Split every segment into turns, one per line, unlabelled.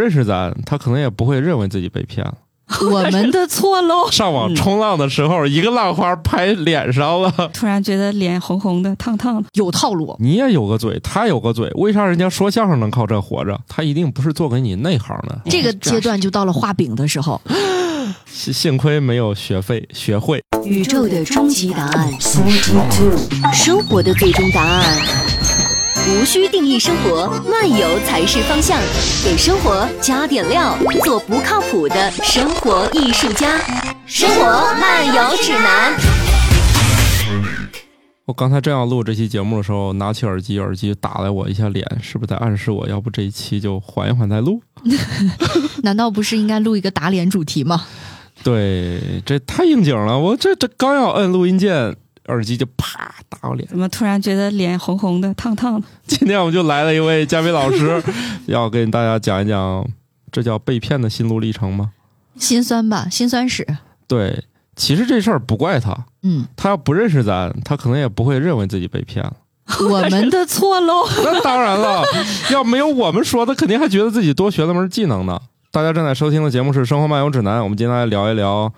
认识咱，他可能也不会认为自己被骗了。
我们的错喽。
上网冲浪的时候，一个浪花拍脸上了。
突然觉得脸红红的、烫 烫的，
有套 路。
你也有个嘴，他有个嘴，为啥人家说相声能靠这活着？他一定不是做给你内行的。
这个阶段就到了画饼的时候。
幸幸亏没有学费学会。
宇宙的终极答案，生活的最终答案。无需定义生活，漫游才是方向。给生活加点料，做不靠谱的生活艺术家。生活漫游指南。
我刚才正要录这期节目的时候，拿起耳机，耳机打了我一下脸，是不是在暗示我要不这一期就缓一缓再录？
难道不是应该录一个打脸主题吗？
对，这太应景了。我这这刚要摁录音键，耳机就啪打我脸。
怎么突然觉得脸红红的、烫 烫的？
今天我们就来了一位嘉宾老 师，要跟大家讲一讲，这叫被骗的心路历程吗？
心酸吧，心酸史。
对，其实这事儿不怪他，
嗯，
他要不认识咱，他可能也不会认为自己被骗了。
我们的错喽。
那当然 了，要没有我们说，他肯定还觉得自己多学了门技能呢。大家正在收听的节目是《生活漫游指南》，我们今天来聊一聊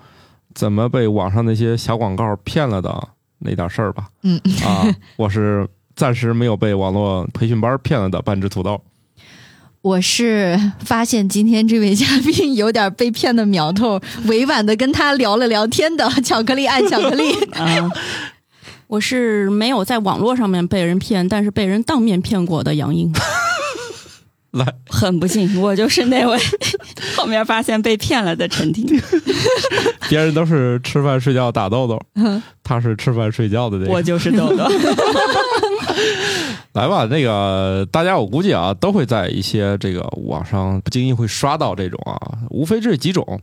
怎么被网上那些小广告骗了的那点事儿吧。
嗯
啊，我是暂时没有被网络培训班骗了的半只土豆。
我是发现今天这位嘉宾有点被骗的苗头，委婉的跟他聊了聊天的 巧克力爱巧克 力。
啊，我是没有在网络上面被人骗，但是被人当面骗过的杨英。
来，
很不幸，我就是那位 后面发现被骗了的陈婷。
别人都是吃饭睡觉打 豆豆，他是吃饭睡觉的那个。
嗯我就是豆豆。
来吧，那个大家我估计啊，都会在一些这个网上不经意会刷到这种啊，无非这几种，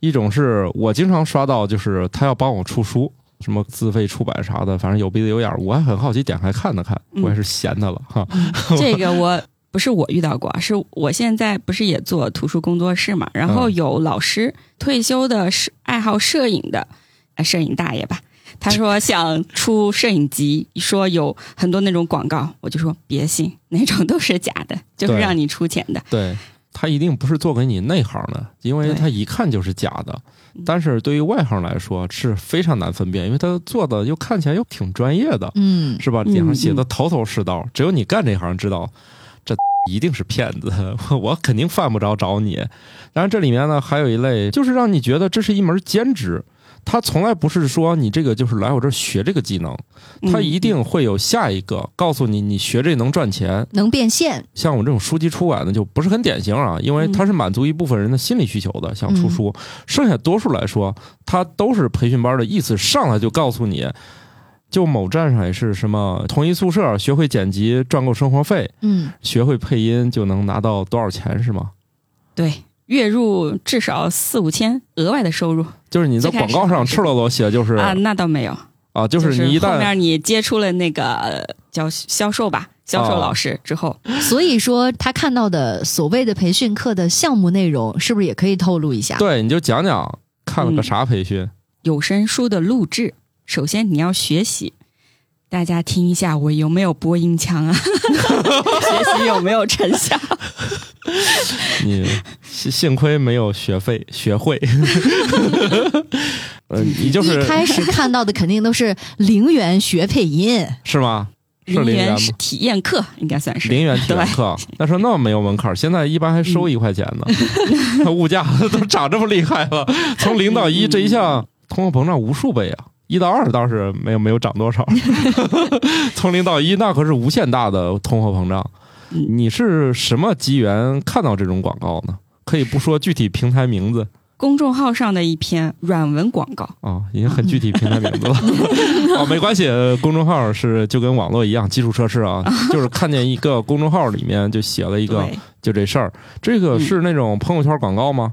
一种是我经常刷到，就是他要帮我出书，什么自费出版啥的，反正有鼻子有眼儿，我还很好奇，点开看了看，
嗯
我也是闲他了哈。
这个我不是我遇到过，啊是我现在不是也做图书工作室嘛，然后
嗯
有老师退休的是爱好摄影的，呃摄影大爷吧。他说想出摄影集，说有很多那种广告，我就说别信，那种都是假的，就是
对
让你出钱的。
对他一定不是做给你内行的，因为
对
他一看就是假的。
嗯
但是对于外行来说是非常难分辨，因为他做的又看起来又挺专业的，
嗯，
是吧？
嗯
脸上写的头头是道，只有你干这行知道，这 一定是骗子， 我我肯定犯不着找你。当然，这里面呢还有一类，就是让你觉得这是一门兼职，他从来不是说你这个就是来我这儿学这个技能，他
嗯
一定会有下一个告诉你你学这能赚钱。
能变现。
像我这种书籍出版的就不是很典型啊，因为它
嗯
是满足一部分人的心理需求的，想出书。剩下多数来说，它都是培训班的意思，上来就告诉你，就某站上也是什么同一宿舍，学会剪辑赚够生活费，
嗯，
学会配音就能拿到多少钱是吗？
对月入至少四五千额外的收入
就是你在广告上赤裸裸写的就是
啊，那倒没有，
啊，就
就是
你一
后
旦
面你接触了那个呃叫销售吧，销售
哦
老师之后，
所以说他看到的所谓的培训课的项目内容，是不是也可以透露一下？
对你就讲讲看了个
嗯
啥培训，
有声书的录制，首先你要学习。大家听一下，我有没有播音腔 啊？学习有没有成效？
你幸幸亏没有学费学会， 呃，你就是
一开始看到的肯定都是零元学配音，
是吗？是零元
园
吗？
是体验课，应该算是
零元体验课，那时候那么没有门槛儿，现在一般还收一块钱呢，那 物价都涨这么厉害了，从零到一，这一下通货膨胀无数倍啊！一到二倒是没有没有涨多 少，从零到一那可是无限大的通货膨胀。
嗯
你是什么机缘看到这种广告呢？可以不说具体平台名字
公众号上的一篇软文广告。
啊、已经很具体平台名字了。 哦，没关系，呃公众号是就跟网络一样基础设施啊，就是看见一个公众号里面就写了一个。
对，
就这事儿，这个
嗯
是那种朋友圈广告吗？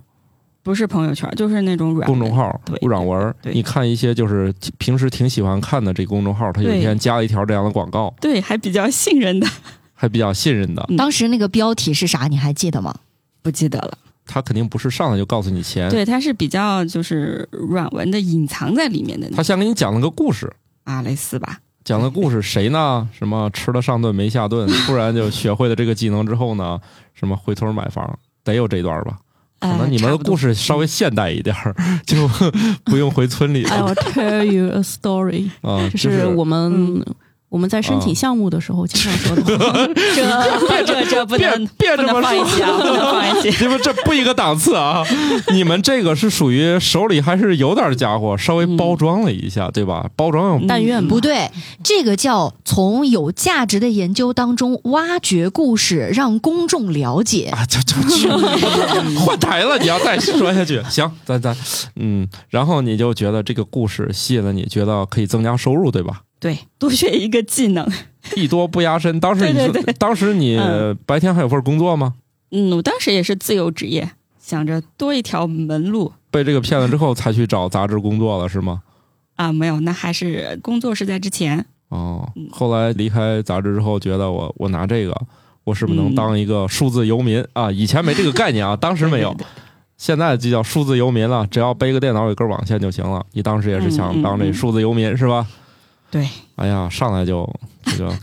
不是朋友圈，就是那种软文
公众。号
嗯对
不软文儿，
对
你看一些就是挺平时挺喜欢看的这公众号，他有一
对
天加了一条这样的广告，
对，还比较信任的，
还比较信任的，
嗯
当时那个标题是啥？你还记得吗？
不记得了。
他肯定不是上来就告诉你钱，
对，它是比较就是软文的，隐藏在里面的那
他先给你讲了个故事，
啊，类似吧。
讲了故事谁呢？什 么吃了上顿没下顿，突然就学会了这个技能之后呢，什么回头买房，得有这段吧？可
呃
哎
能你们的故事稍微现代一点儿， 就不用回村里
哎
差不
了
多 I will tell you a story，
啊。
这
就是嗯
我
嗯
们我们在申
啊
请项目的时候经常说的话。
这这这 不
变
能
变
不
这么
能放一
说，
起啊，不能放一起。
你们 这不一个档次啊！你们这个是属于手里还是有点家伙，稍微包装了一下，对吧？包装
嗯
用
但愿吧
不对，这个叫从有价值的研究当中挖掘故事，让公众了解。
啊，就就 去换台了。你要再说下去，行，咱咱嗯，然后你就觉得这个故事吸引了你，觉得可以增加收入，对吧？
对，多学一个技能。
艺多不压身。当时你
对
是
对
当时你
嗯
白天还有份工作吗？
嗯，我当时也是自由职业，想着多一条门路
被这个骗了之后才去找杂志工作了是吗？
啊，没有，那还是工作是在之前。
哦
嗯，
后来离开杂志之后，觉得我我拿这个，我是不是能
嗯
当一个数字游民、啊？以前没这个概念啊，当时没有
对，对对
现在就叫数字游民了，只要背个电脑有根网线就行了。你当时也是
嗯
想当这数字游民、是吧？
对，
哎呀，上来就这个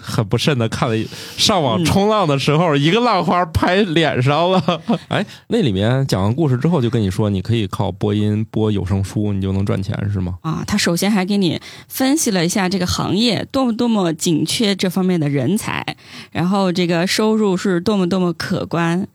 很不慎的看了一上网
嗯
冲浪的时候，一个浪花拍脸上 了。哎，那里面讲完故事之后，就跟你说，你可以靠播音播有声书，你就能赚钱是吗？
啊，他首先还给你分析了一下这个行业多么多么紧缺这方面的人才，然后这个收入是多么多么可观，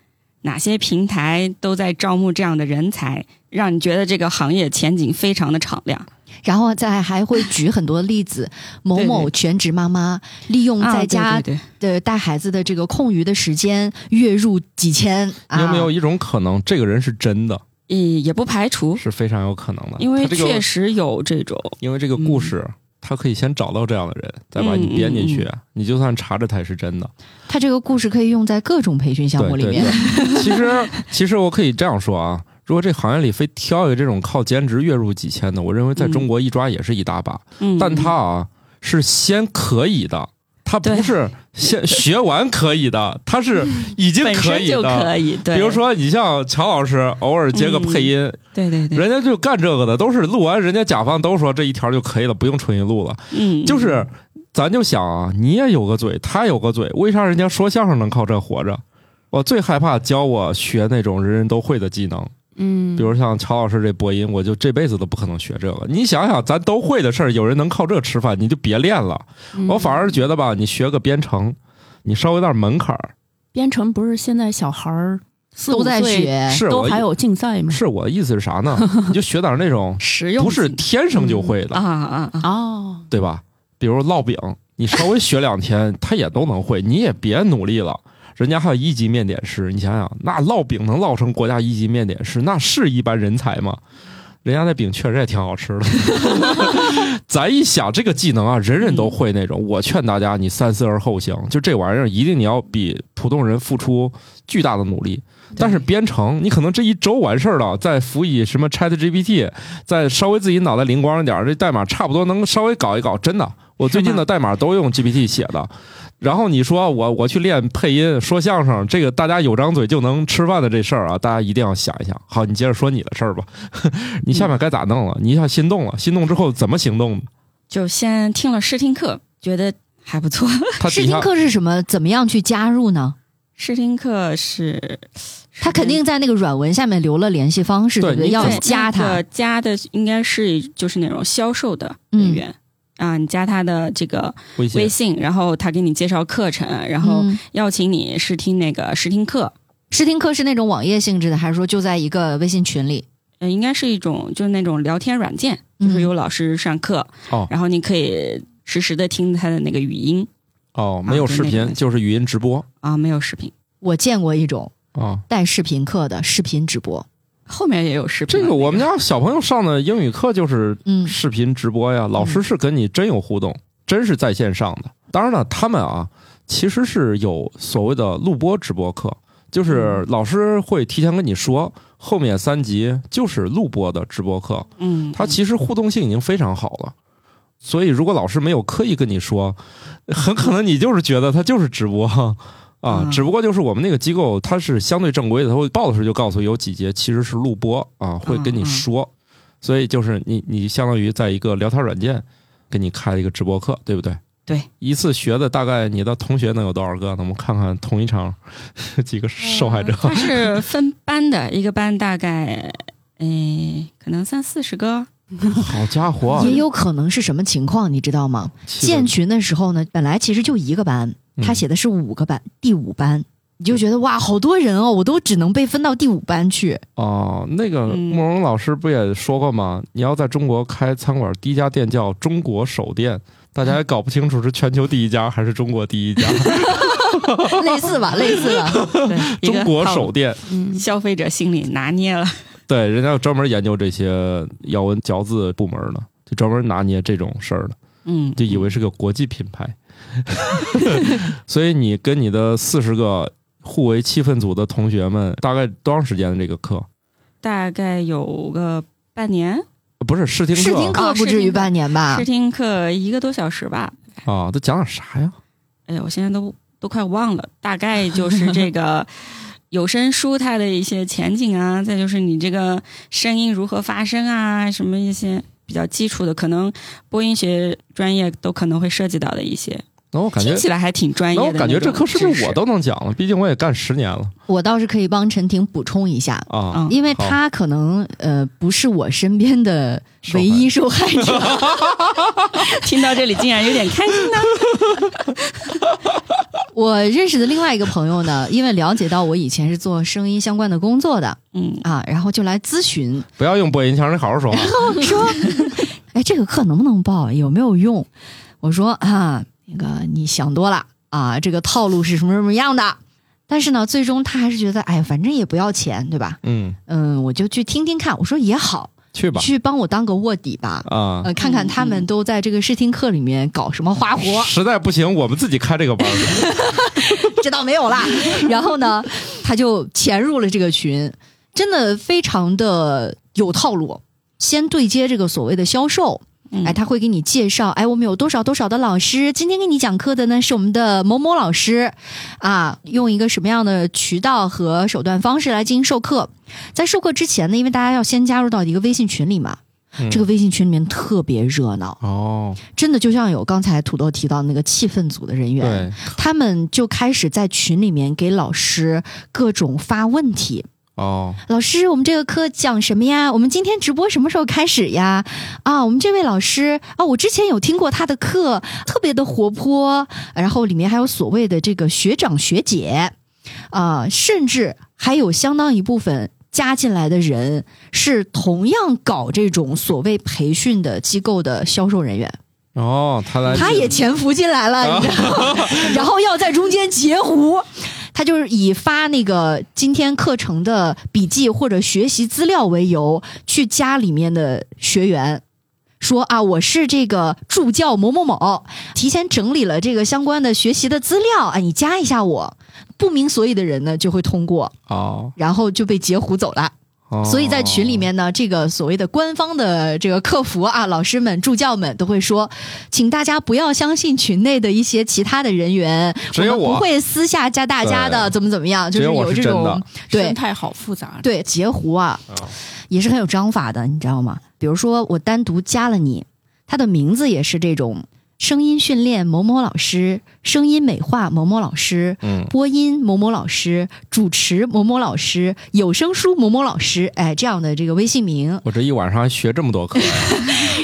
哪些平台都在招募这样的人才，让你觉得这个行业前景非常的敞亮。
然后再还会举很多例子，某
对对
某全职妈妈利用
啊
在家
对对对
的带孩子的这个空余的时间，月入几千啊！
你有没有一种可能，这个人是真的，
也嗯也不排除，
是非常有可能的？
因为
他这个
确实嗯有这种，
因为这个故事，他可以先找到这样的人，再把你编进
嗯
去，你就算查着他也是真的。
他这个故事可以用在各种培训项
对
目里
对
面。
对，其实 其实我可以这样说啊，如果这行业里非挑一个这种靠兼职月入几千的，我认为在中国一抓也是一大把，
嗯，
但他啊是先可以的。他不
对
是先学完可以的，他是已经
本
可
身
以
就
的。
可以，对，嗯
比如说，你像乔老师偶尔接个配音，
对对对，
人家就干这个的，都是录完，人家甲方都说这一条就可以了，不用重新录了。
嗯，
就是咱就想啊，你也有个嘴，他有个嘴，为啥人家说相声能靠这活着？我最害怕教我学那种人人都会的技能，
嗯，
比如像乔老师这播音，我就这辈子都不可能学这个。你想想，咱都会的事儿，有人能靠这吃饭，你就别练了。
嗯
我反而觉得吧，你学个编程，你稍微有点门槛儿。
编程不是现在小孩儿四
都
五
在
岁
学，
是
哎都
我
还有竞赛吗？
是我的意思是啥呢？你就学点那 种
实用
不是
性
天生
嗯
就会的
啊，啊啊，
哦，
对吧？比如烙饼，你稍微学两天，他也都能会，你也别努力了。人家还有一级面点师，你想想，那烙饼能烙成国家一级面点师，那是一般人才吗？人家那饼确实也挺好吃的。 咱一想这个技能啊，人人都会那种。我劝大家，你三思而后行。就这玩意儿，一定你要比普通人付出巨大的努力。但是编程，你可能这一周完事儿了，再辅以什么 Chat GPT，再稍微自己脑袋灵光一点儿，这代码差不多能稍微搞一搞。真的，我最 近的代码都用 GPT 写的。然后你说我我去练配音说相声，这个大家有张嘴就能吃饭的这事儿啊，大家一定要想一想。好，你接着说你的事儿吧。 你下面该咋弄了？你一下心动了，心动之后怎么行 动呢？
就先听了试听课，觉得还不错。
他
试
底
听
下
课是什么？怎么样去加入呢？
试听课是，
他肯定在那个软文下面留了联系方式，
对
对不对？
你
要
怎
对
加
那
他
个。加的应该是就是那种销售的
嗯
人员。啊，你加他的这个
微
微
信
信，然后他给你介绍课程，然后
嗯
邀请你试听那个试听课，
试听课是那种网页性质的，还是说就在一个微信群里？
呃，应该是一种就是那种聊天软件，
嗯
就是有老师上课，
哦
然后你可以实时的听他的那个语音
哦，没有视
啊对那
频，
个
就是语音直播
啊，没有视频，
我见过一种
啊。
带视频课的视频直播，
后面也有视频
这
了。
个我们家小朋友上的英语课就是
嗯，
视频直播呀，老师是跟你真有互动，真是在线上的。当然了，他们啊其实是有所谓的录播直播课，就是老师会提前跟你说，后面三集就是录播的直播课，
嗯，
它其实互动性已经非常好了。所以，如果老师没有刻意跟你说，很可能你就是觉得它就是直播 啊
嗯。
只不过就是我们那个机构，它是相对正规的，它会报的时候就告诉有几节其实是录播
嗯
啊，会跟你说。所以就是你你相当于在一个聊天软件给你开了一个直播课，对不对？
对，
一次学的大概你的同学能有多少个呢？我们看看同一场 几个受害者。
嗯它是分班的，一个班大概，嗯、可能三四十个。
好家伙，啊
嗯
嗯
也有可能是什么情况，你知道吗？
气得
建群的时候呢，本来其实就一个班，他
嗯
写的是五个班，第五班，你就觉得哇，好多人哦，我都只能被分到第五班 去。
哦，那个
嗯
慕容老师不也说过吗？你要在中国开餐馆，第一家店叫中国首店，大家也搞不清楚是全球第一家还是中国第一家，
类似吧，类似吧。
对，一个
中国
靠
首店。
嗯，
消费者心理拿捏了。
对，人家有专门研究这些咬文嚼字部门的，就专门拿捏这种事儿的，
嗯，
就以为是个国际品 牌。所以你跟你的四十个互为气氛组的同学们，大概多长时间的这个课？
大概有个半年，
呃不是试 听哦
试听
课
课不至于半年吧
试？听课一个多小时吧。
啊？都讲点啥呀？
哎呀，我现在都都快忘了，大概就是这 个有声书它的一些前景啊，再就是你这个声音如何发声啊，什么一些比较基础的，可能播音学专业都可能会涉及到的一些，
那我感觉
听起来还挺专业
那
的
我
种知识。
感觉这课是不是我都能讲了？毕竟我也干十年了
我倒是可以帮陈婷补充一下，
啊
嗯。
因为他可能呃不是我身边的
受害
唯一受害者。
听到这里竟然有点 开心呢？
我认识的另外一个朋友呢， 因为了解到我以前是做声音相关的工作的
嗯，
啊，然后就来咨询，
不要用播音腔，你好好说话。
说，哎，这个课能不能报？有没有用？我说啊，那个你想多了啊，这个套路是什么什么样的？但是呢，最终他还是觉得，哎，反正也不要钱，对吧？
嗯，
嗯，我就去听听看。我说也好，
去吧
去帮我当个卧底吧，
啊！
呃，看看他们都在这个试听课里面搞什么花活。
实在不行，我们自己开这个班儿。
这倒没有啦。然后呢，他就潜入了这个群，真的非常的有套路。先对接这个所谓的销售，
嗯
哎，他会给你介绍，哎，我们有多少多少的老师，今天给你讲课的呢是我们的某某老师，啊，用一个什么样的渠道和手段方式来进行授课。在授课之前呢，因为大家要先加入到一个微信群里嘛，
嗯
这个微信群里面特别热闹，
哦，
真的就像有刚才土豆提到那个气氛组的人员，
对，
他们就开始在群里面给老师各种发问题。
哦，
老师，我们这个课讲什么呀？我们今天直播什么时候开始呀？啊，我们这位老师啊，我之前有听过他的课，特别的活泼，然后里面还有所谓的这个学长学姐，啊，甚至还有相当一部分。加进来的人是同样搞这种所谓培训的机构的销售人员，
哦，他来，
他也潜伏进来了，你知道吗，然后要在中间截胡。他就是以发那个今天课程的笔记或者学习资料为由，去加里面的学员，说啊，我是这个助教某某某，提前整理了这个相关的学习的资料啊，你加一下我。不明所以的人呢，就会通过，
哦，
然后就被截胡走了。
哦
所以在群里，面呢，这个所谓的官方的这个客服啊，老师们、助教们都会说，请大家不要相信群内的一些其他的人员，
只有
我们
我
不会私下加大家的，怎么怎么样，就
只有我
有
是
这
真的嗯
种对
生态好复杂。，
对截胡啊，也是很有章法的，你知道吗？比如说我单独加了你，他的名字也是这种声音训练某某老师、声音美化某某老师、
嗯，
播音某某老师、主持某某老师、有声书某某老师，哎，这样的这个微信名。
我这一晚上还学这么多课呀，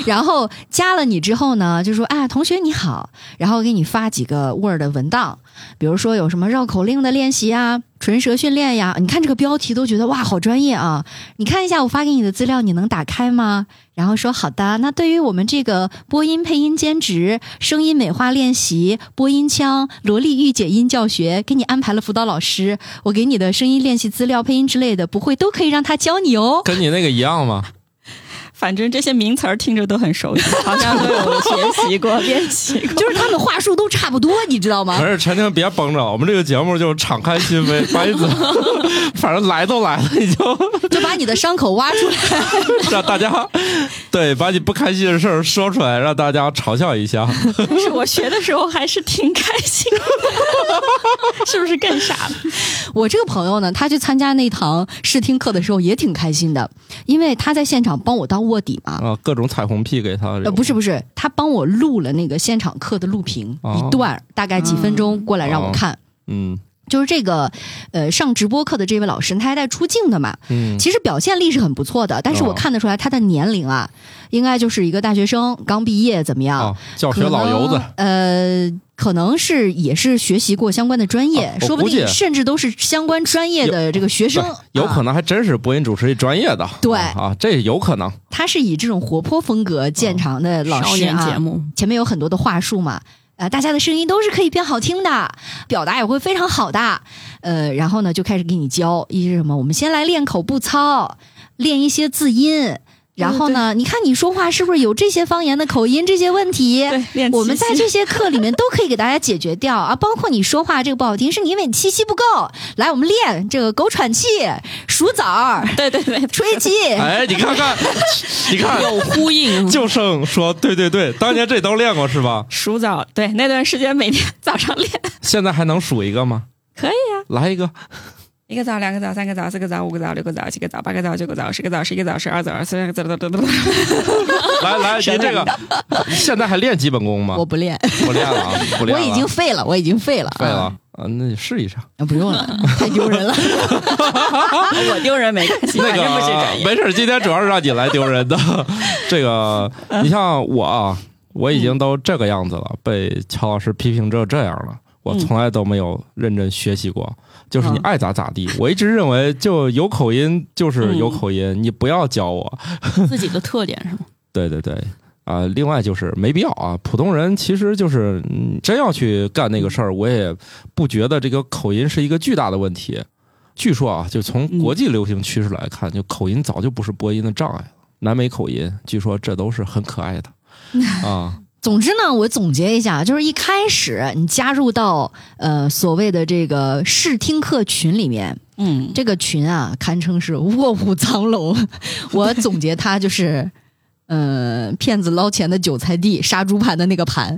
然后加了你之后呢，就说啊，同学你好，然后给你发几个 Word 的文档，比如说有什么绕口令的练习啊、唇舌训练呀。你看这个标题都觉得哇，好专业啊！你看一下我发给你的资料，你能打开吗？然后说好的。那对于我们这个播音配音兼职、声音美化练习、播音腔、萝莉御姐音教学，给你安排了辅导老师，我给你的声音练习资料、配音之类的，不会都可以让他教你哦。
跟你那个一样吗？
反正这些名词儿听着都很熟悉，好像都有学习过、练习过。
就是他们话术都差不多，你知道吗？
没事，陈婷别绷着，我们这个节目就是敞开心扉，把你怎么， 反正来都来了，你就
就把你的伤口挖出来。
让大家对把你不开心的事儿说出来，让大家嘲笑一 下。
但是我学的时候还是挺开心的，是不是更傻了？
我这个朋友呢，他去参加那堂试听课的时候也挺开心的，因为他在现场帮我当卧底嘛。
啊，各种彩虹屁给他。
呃，不是不是，他帮我录了那个现场课的录屏、
哦
一段儿，大概几分钟过来让我看。
嗯
就是这个，呃，上直播课的这位老师，他还带出镜的嘛，
嗯，
其实表现力是很不错的，但是
哦
我看得出来他的年龄啊，应该就是一个大学生，刚毕业怎么样？
啊，教
可
学
能
老油子，
呃，可能是也是学习过相关的专业，
啊我
说不
估计
定甚至都是相关专业的这个学生
对，有可
啊、
能还真是播音主持一专业的。
对
啊，这有可能。
他是以这种活泼风格见长的老
少
师
年节
啊，
目，
前面有很多的话术嘛。啊、大家的声音都是可以变好听的，表达也会非常好的。呃，然后呢，就开始给你教一是什么？我们先来练口部操，练一些字音。然后呢，你看你说话是不是有这些方言的口音这些问题？
对， 练
我们
气
在
息
这些课里面都可以给大家解决掉啊，包括你说话这个不好听，是你因为你气息不够。来，我们练这个狗喘气、数枣儿、
对对对，
吹气。
哎，你看 看，你看，。
有呼应
就剩说对对对，当年这都练过是吧？
数枣，对那段时间每天早上练，
现在还能数一个吗？
可以啊，
来一个，
一个枣，两个枣，三个枣，四个枣，五个枣，六个枣，七个枣，八个枣，九个枣，十个枣，十一个枣，十二枣，十三个枣，等等等等。
来来， 您这个现在还练基本功吗
我？不练，
不练了，啊，不练
我
了，
已经废了，我已经废了，嗯
废了。啊，那你试一下。
啊，不用了，太丢人了。
我丢人没关系，
那
反正不是
个
专业。
没事儿，今天主要是让你来丢人的。这个，
嗯
你像我啊，我已经都这个样子了，被乔老师批评成这样了。我
嗯
从来都没有认真学习过，就是你爱咋咋地。我一直认为，就有口音就是
嗯
有口音，你不要教我。
自己的特点是 吗？
对对对，啊、另外就是没必要啊。普通人其实就是，嗯真要去干那个事儿，我也不觉得这个口音是一个巨大的问题。据说啊，就从
嗯
国际流行趋势来看，就口音早就不是播音的障碍了。南美口音，据说这都是很可爱 的啊。
总之呢，我总结一下，就是一开始你加入到呃所谓的这个试听课群里面，
嗯，
这个群啊堪称是卧虎藏龙。我总结它就是，呃，骗子捞钱的韭菜地，杀猪盘的那个盘。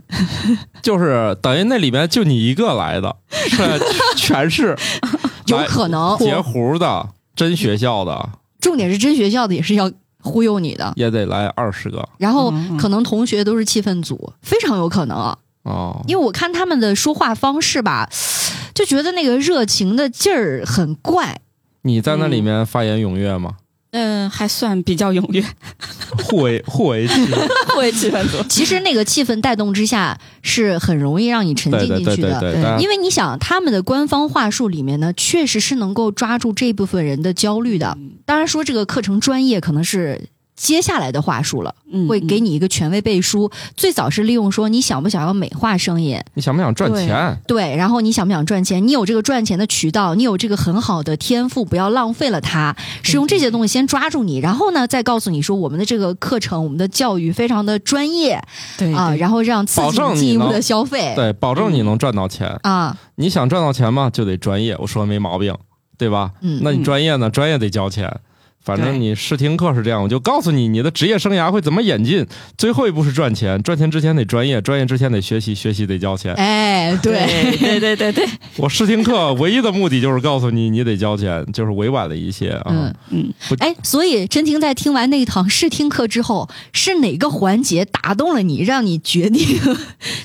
就是等于那里面就你一个来的，是全 是
有可能
截胡的，真学校的
重点是真学校的也是要忽悠你的，
也得来二十个
然后
嗯嗯
可能同学都是气氛组，非常有可能啊。
哦。
因为我看他们的说话方式吧，就觉得那个热情的劲儿很怪。
你在那里
嗯
面发言踊跃吗？
嗯，还算比较踊跃，
互为 互为 其难
会气氛组。
其实那个气氛带动之下，是很容易让你沉
对
浸
对
进
对
去
对
的。
对，大家
因为你想，他们的官方话术里面呢，确实是能够抓住这部分人的焦虑的。
嗯
当然说，这个课程专业可能是接下来的话术了，
嗯，
会给你一个权威背书。最早是利用说你想不想要美化声音，
你想不想赚钱？
对，哎然后你想不想赚钱？你有这个赚钱的渠道，你有这个很好的天赋，不要浪费了它。是用这些东西先抓住你，然后呢，再告诉你说我们的这个课程，我们的教育非常的专业
对
啊，然后让刺
保
激
证
你
你
进一步
能
的消费
对，保证
嗯
你能赚到钱。
啊，
你想赚到钱嘛，就得专业，我说的没毛病，对吧？
嗯
那你专业呢？专业得交钱。反
对
正你试听课是这样，我就告诉你你的职业生涯会怎么演进。最后一步是赚钱，赚钱之前得专业，专业之前得学习，学习得交钱。
哎，对，
对对对对对，
我试听课唯一的目的就是告诉你你得交钱，就是委婉了一些啊。
嗯
嗯，
不
哎，所以真婷在听完那一堂试听课之后，是哪个环节打动了你，让你决定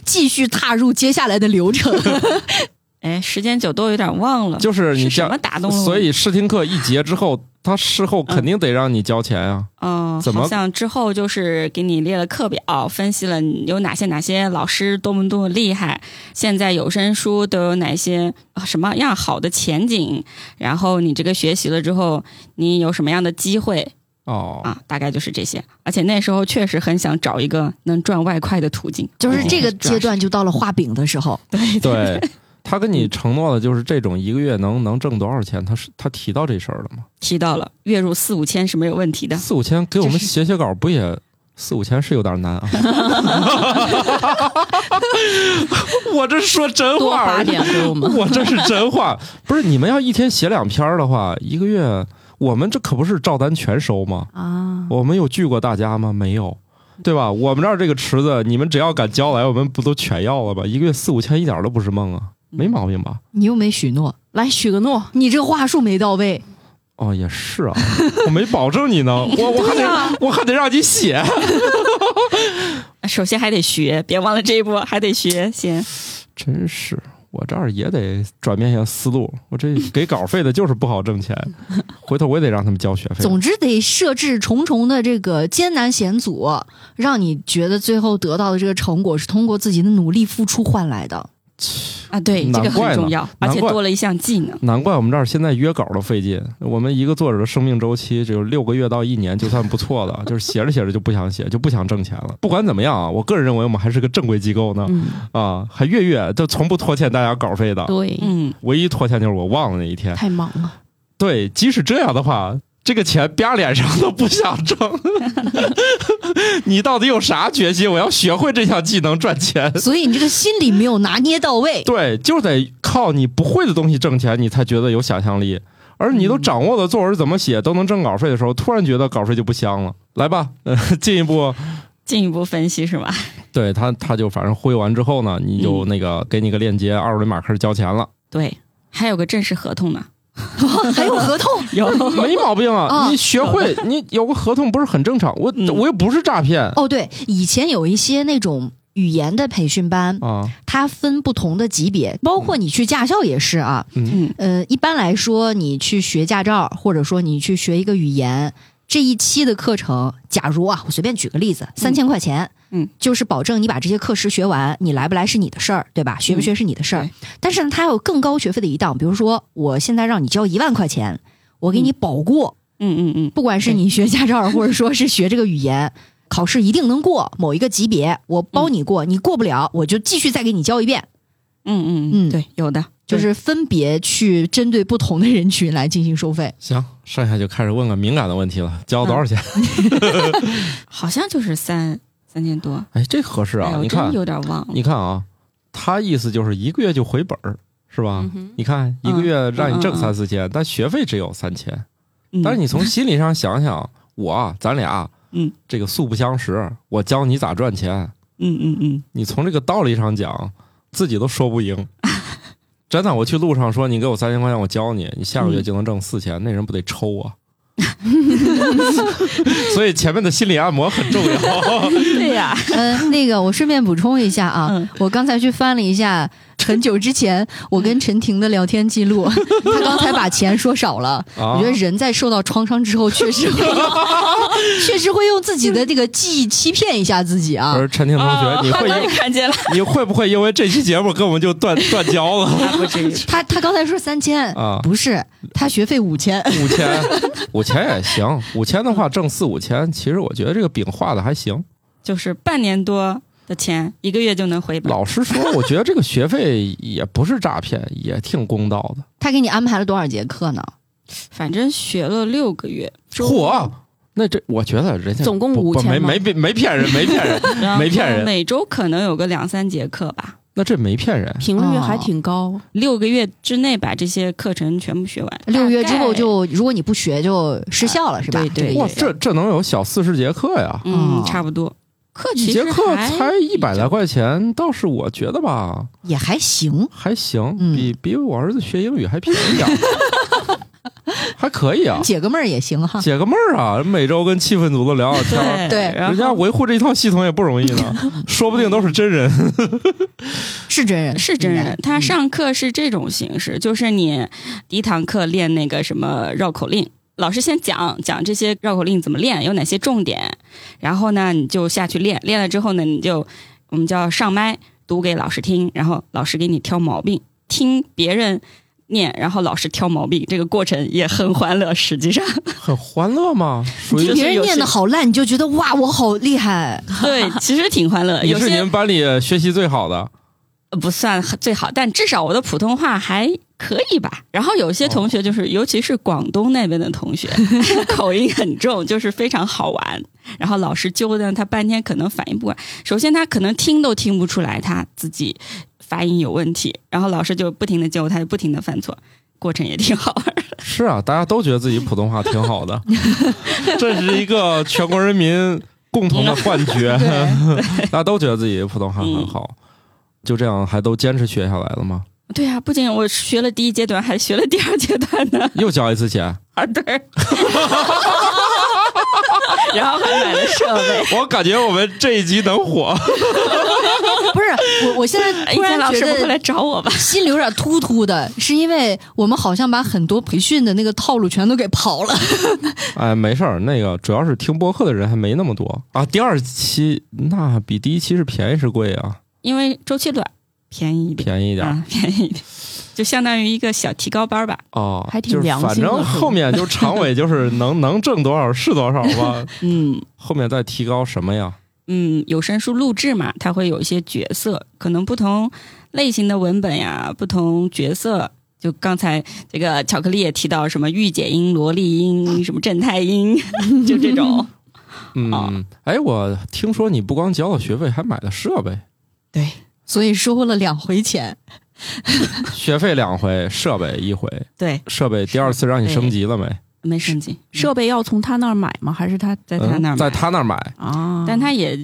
继续踏入接下来的流程？
哎，时间久都有点忘了，
就是你
是
这
什
样
么打动了我？
所以试听课一结之后，他事后肯定得让你交钱啊。
嗯，
怎么
好像之后就是给你列了课表，分析了有哪些哪些老师多么多么厉害，现在有声书都有哪些呃什么样好的前景，然后你这个学习了之后，你有什么样的机会
嗯
哦，
啊？大概就是这些。而且那时候确实很想找一个能赚外快的途径，
就是这个
主要
阶
是
段就到了画饼的时候，
对
对，他跟你承诺的就是这种一个月能 能挣多少钱，他是他提到这事儿了吗？
提到了月入四五千是没有问题的，
四五千给我们写写稿不也四五千是有点难啊。我这说真
多
话
发，点给 我们。
我这是真话，不是你们要一天写两篇儿的话，一个月我们这可不是照单全收吗？
嗯
啊，
我们有拒过大家吗？没有。对吧？我们这儿这个池子，你们只要敢交来，我们不都全要了吧？一个月四五千，一点儿都不是梦啊，没毛病吧？
你又没许诺，
来许个诺，
你这话术没到位，
哦，也是啊， 我没保证你 呢，我我还得、
啊
我还得让你写，
啊首先还得学，别忘了这一步还得学先。
真是。我这儿也得转变一下思路，我这给稿费的就是不好挣 钱，回头我也得让他们交学费。
总之得设置重重的这个艰难险阻，让你觉得最后得到的这个成果是通过自己的努力付出换来的。
啊，对，这个
难怪呢
很重要，而且
难怪
多了一项技能。
难怪我们这儿现在约稿都费劲。我们一个作者的生命周期只有六个月到一年，就算不错的，就是写着写着就不想写，就不想挣钱了。不管怎么样啊，我个人认为我们还是个正规机构呢，
嗯，
啊，还月月就从不拖欠大家稿费的，
对，
嗯，
唯一拖欠就是我忘了那一天。
太忙了，
对，即使这样的话，这个钱啪脸上都不想挣。 你到底有啥决心？我要学会这项技能赚钱。
所以你这个心理没有拿捏到位，
对，就得靠你不会的东西挣钱，你才觉得有想象力。而你
嗯
都掌握了作文怎么写，都能挣稿费的时候，突然觉得稿费就不香了。来吧， 呃，进一步，
进一步分析是吧？
对他，他就反正忽悠完之后呢，你就
嗯
那个、给你个链接，二十马克交钱了，
对，还有个正式合同呢。
还有合同，
有
没毛病啊。
哦
你学会，你有个合同不是很正常？我、
嗯
我又不是诈 骗
哦，对，以前有一些那种语言的培训班，
啊，
它分不同的级
嗯
别，包括你去驾校也是啊。
嗯
呃，一般来说，你去学驾照，或者说你去学一个语言，这一期的课程，假如啊，我随便举个例子，三千块钱，
嗯，
就是保证你把这些课时学完，你来不来是你的事儿，对吧？学不学是你的事儿。
嗯对
但是呢，它还有更高学费的一档，比如说我现在让你交一万块钱，我给你保过，
嗯嗯嗯，
不管是你学驾照，或者说是学这个语言，考试一定能过某一个级别，我包你
嗯
过，你过不了，我就继续再给你教一遍，
嗯嗯
嗯
对，有的
就是分别去针对不同的人群来进行收费。
行，剩下就开始问个敏感的问题了，交多少
嗯
钱？
好像就是三三千多。
哎，这合适
哎
啊！
呦，
你
我真
看，
有点忘了。
你看啊，他意思就是一个月就回本儿，是吧？你看一个月让你挣
嗯嗯嗯嗯
三四千，但学费只有三千。
嗯
但是你从心理上想想，我啊咱俩，
嗯，
这个素不相识，我教你咋赚钱，
嗯嗯 嗯，
你从这个道理上讲，自己都说不赢。 真的，我去路上说你给我三千块钱，我教你，你下个月就能挣四千，那人不得抽我？ 所以前面的心理按摩很重要。
对呀，
嗯，那个我顺便补充一下啊，
嗯
我刚才去翻了一下很久之前我跟陈婷的聊天记 录，她刚才把钱说少了。
啊
我觉得人在受到创伤之后，确实会 用，确实会用自己的这个记忆欺骗一下自己啊
我。说陈婷同学，你会
刚
因
也看见了，
你会不会因为这期节目跟我们就断断交了？
还不至于。
他他刚才说三千
啊
不是他学费五 千，
五千，五千也行。五千的话挣四五千，其实我觉得这个饼画的还行。
就是半年多的钱，一个月就能回本。
老实说，我觉得这个学费也不是诈骗，也挺公道的。
他给你安排了多少节课呢？
反正学了六个月，
嚯，啊那这我觉得人家
总共
不不
5000
没
吗
没没骗人，没骗人，
然后
没骗人
每周可能有个两三节课吧。
那这没骗人。
频率还挺高，
六个月之内把这些课程全部学完，
六个月
大
之
概
后就如果你不学就失效了，是吧？
对对
这个
哇，
意思
这这能有小四十节课呀？
嗯
哦
差不多。课
一节课才一百来，块钱，倒是我觉得吧，
也还行。
还行，
嗯
比比我儿子学英语还便宜 点儿还可以啊。
解个闷儿也行哈，
解个闷儿啊！每周跟气氛组都聊聊天儿，
对
对
然
人家
后
维护这一套系统也不容易 呢，说不定都是真人。
是真人，
是真
应该
人，他
嗯
上课是这种形式，就是你第一堂课练那个什么绕口令，老师先讲讲这些绕口令怎么练，有哪些重点，然后呢你就下去练，练了之后呢你就我们叫上麦读给老师听，然后老师给你挑毛病，听别人念，然后老师挑毛病，这个过程也很欢乐，实际上
很欢乐吗？属于
别人念的好烂，你就觉得哇，我好 厉害。
对，其实挺欢乐，
你
有
是你
些
们班里学习最好的，
呃不算很最好，但至少我的普通话还可以吧。然后有些同学就是，尤其是广东那边的同学，口音很重，就是非常好玩。然后老师纠正他半天，可能反应不过来。首先他可能听都听不出来他自己发音有问题，然后老师就不停的纠，他就不停的犯错，过程也挺好玩。
是啊，大家都觉得自己普通话挺好 的，这是一个全国人民共同的幻 觉，
嗯
大家都觉得自己普通话很好，就这样还都坚持学下来了吗？
对啊，不仅我学了第一阶段，还学了第二阶段呢。
又交一次钱，
啊，对。 然后还买了设备。
我感觉我们这一集能 火。
不是我，我现在突
一
然
哎老
觉
师不会来
得
找我吧？
心里有点突突的，是因为我们好像把很多培训的那个套路全都给刨了。
哎，没事儿，那个主要是听播客的人还没那么多啊。第二期那比第一期是便宜是贵啊？
因为周期短，便宜一点，
便宜一点儿、
嗯
啊， 便宜一点，就相当于一个小提高班吧。
哦，
还挺
就是
良心的
反正后面就常委就是能 能挣多少是多少 吧，
嗯
后面再提高什么呀？
嗯，有声书录制嘛，它会有一些角色，可能不同类型的文本呀，不同角色。就刚才这个巧克力也提到什么御姐音、萝莉音、什么正太 音，就这种。
嗯
哦，
哎，我听说你不光交了学费，还买了设 备，
对，所以收了两回钱。
学费两回，设备一回。
对，
设备第二次让你升级了没？
没升级
设备要从他那儿买吗？还是他
在
嗯
他那儿买
在他那儿买，
啊？
但他也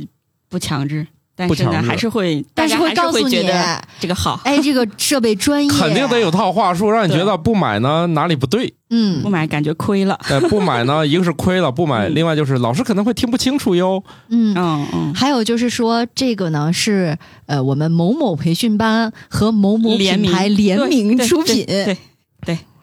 不强制，但
不
是
强
呢，
制
还是会，
但
是
是会告诉你
觉得这个好，
哎，这个设备专业，啊
肯定得有。套话术，让你
对
觉得不买呢哪里不对，
不
嗯
买感觉亏了。
哎，不买呢一个是亏了，不买，
嗯
另外就是老师可能会听不清楚 哟。
嗯，
嗯嗯，
还有就是说，这个呢是呃我们某某培训班和某某
联
品
名
牌联名
对
出
对
品，
对，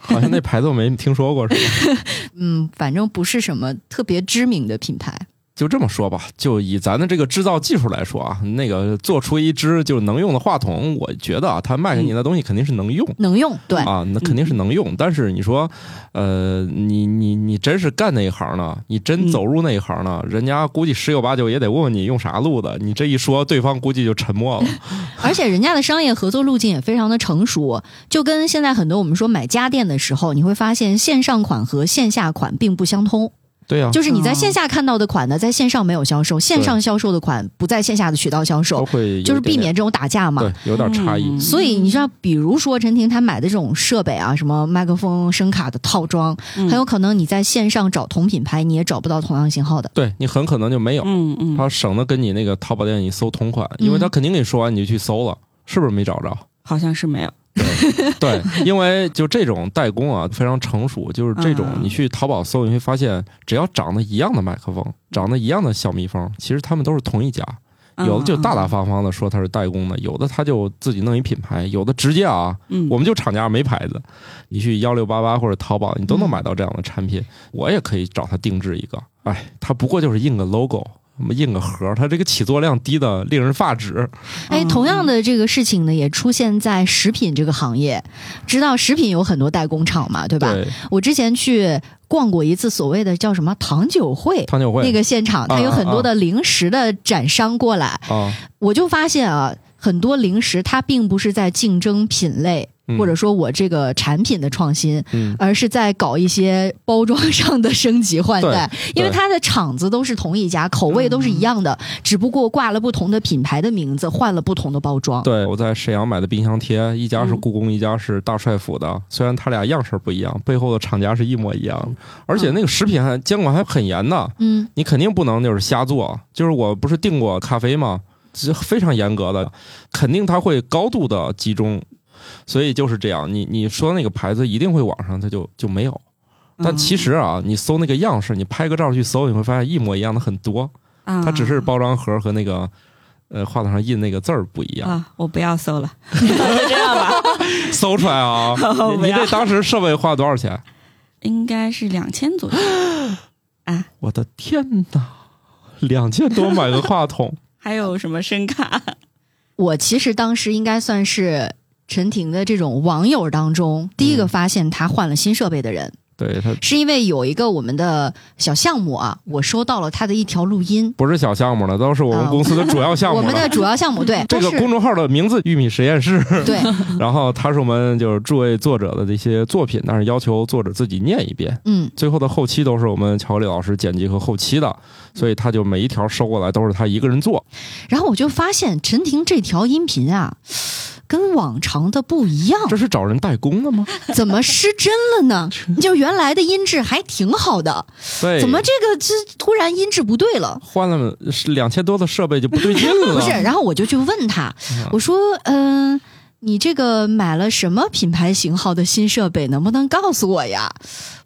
好像那牌子我没听说过是吧？
嗯，反正不是什么特别知名的品牌。
就这么说吧，就以咱的这个制造技术来说啊，那个做出一支就能用的话筒，我觉得啊，他卖给你的东西肯定是能用。
能用，对，嗯
啊，那肯定是能用，但是你说，呃，你你你真是干那一行呢，你真
嗯
走入那一行呢，人家估计十有八九也得问问你用啥录的，你这一说，对方估计就沉默了。
而且人家的商业合作路径也非常的成熟，就跟现在很多我们说买家电的时候，你会发现线上款和线下款并不相通，
对呀、
就是你在线下看到的
啊
款呢，在线上没有销售，线上销售的款不在线下的渠道销
都
售，
会哦有
就是
一点
避免这种打架嘛。
对有点差异。
嗯
所以你知道，比如说陈婷她买的这种设备啊，什么麦克风、声卡的套装，
嗯
嗯
很有可能你在线上找同品牌，你也找不到同样型号的。
对你很可能就没有，
嗯嗯，
他省得跟你那个淘宝店你搜同款，因为
嗯
他肯定跟你说完你就去搜了，是不是没找着？
好像是没有。
对，因为就这种代工啊，非常成熟。就是这种，
嗯
你去淘宝搜，你会发现，只要长得一样的麦克风，长得一样的小蜜蜂，其实他们都是同一家。
嗯
有的就大大，方方的说它是代工的，有的他就自己弄一品牌，有的直接啊，
嗯，
我们就厂家没牌子，你去幺六八八或者淘宝，你都能
嗯
买到这样的产品。我也可以找他定制一个，哎，他不过就是印个 logo，什么印个盒，他这个起作量低的令人发指。
哎，
嗯
同样的这个事情呢，也出现在食品这个行业。知道食品有很多代工厂嘛，对吧？
对，
我之前去逛过一次所谓的叫什么糖酒会。
糖酒会
那个现场，它有很多的零食的展商过来，
啊，
我就发现啊，很多零食它并不是在竞争品类，
嗯
或者说我这个产品的创新，
嗯
而是在搞一些包装上的升级换代，
对嗯
因为它的厂子都是同一家，口味都是一样的，只不过挂了不同的品牌的名字，换了不同的包装。
啊对，我在沈阳买的冰箱贴，一家是
嗯
故宫，一家是大帅府的。虽然它俩样式不一样，背后的厂家是一模一样的，而且那个食品还监管还很严呢，
嗯，
你肯定不能就是瞎做。就是我不是订过咖啡吗？这非常严格的，肯定它会高度的集中，所以就是这样。你你说那个牌子一定会网上它就就没有，
嗯
但其实啊，你搜那个样式，你拍个照去搜，你会发现一模一样的很多，它
它
只是包装盒和那个呃话筒上印那个字儿不一样。
啊，我不要搜 了， 就这样吧，
搜出来 啊！你
不
你
要
那当时设备花多少钱？
应该是两千左右。
我的天哪，两千多买个话筒，
还有什么声卡？
我其实当时应该算是陈婷的这种网友当中第一
嗯
个发现她换了新设备的人，
对它
是因为有一个我们的小项目啊，我收到了她的一条录音。
不是小项目了，都是我们
啊
公司的主要项
我
目
们的
了。
主要项目对，
这个
它是
公众号的名字“玉米实验室
对，”，
然后它是我们就是诸位作者的这些作品，但是要求作者自己念一遍。
嗯，
最后的后期都是我们乔丽老师剪辑和后期的，所以他就每一条收过来都是他一个人做。
然后我就发现陈婷这条音频啊，跟往常的不一样，
这是找人代工的吗？
怎么失真了呢？就原来的音质还挺好的，
对，
怎么这个这突然音质不对了？
换了 两千多的设备就不对劲了？嗯
不是，然后我就去问他，我说，嗯、你这个买了什么品牌型号的新设备？能不能告诉我呀？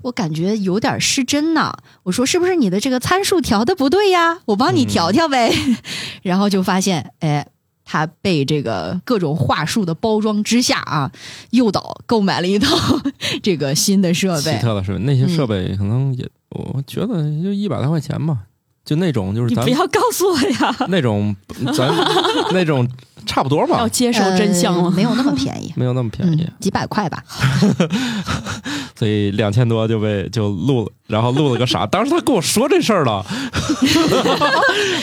我感觉有点失真呢。我说是不是你的这个参数调的不对呀？我帮你调调呗。
嗯
然后就发现，哎，他被这个各种话术的包装之下啊，诱导购买了一套 这个新的设
奇
备。
特的设备，那些
呃嗯
设备可能也，我觉得也就一百来块钱吧，就那种就是
你
咱
不要告诉我呀！
那种咱那种差不多吧，
要，接受真相
呃
了。
没有那么便宜
没有那么便宜
嗯，，几百块吧。
所以两千多就被就录了，然后录了个啥？当时他跟我说这事儿了，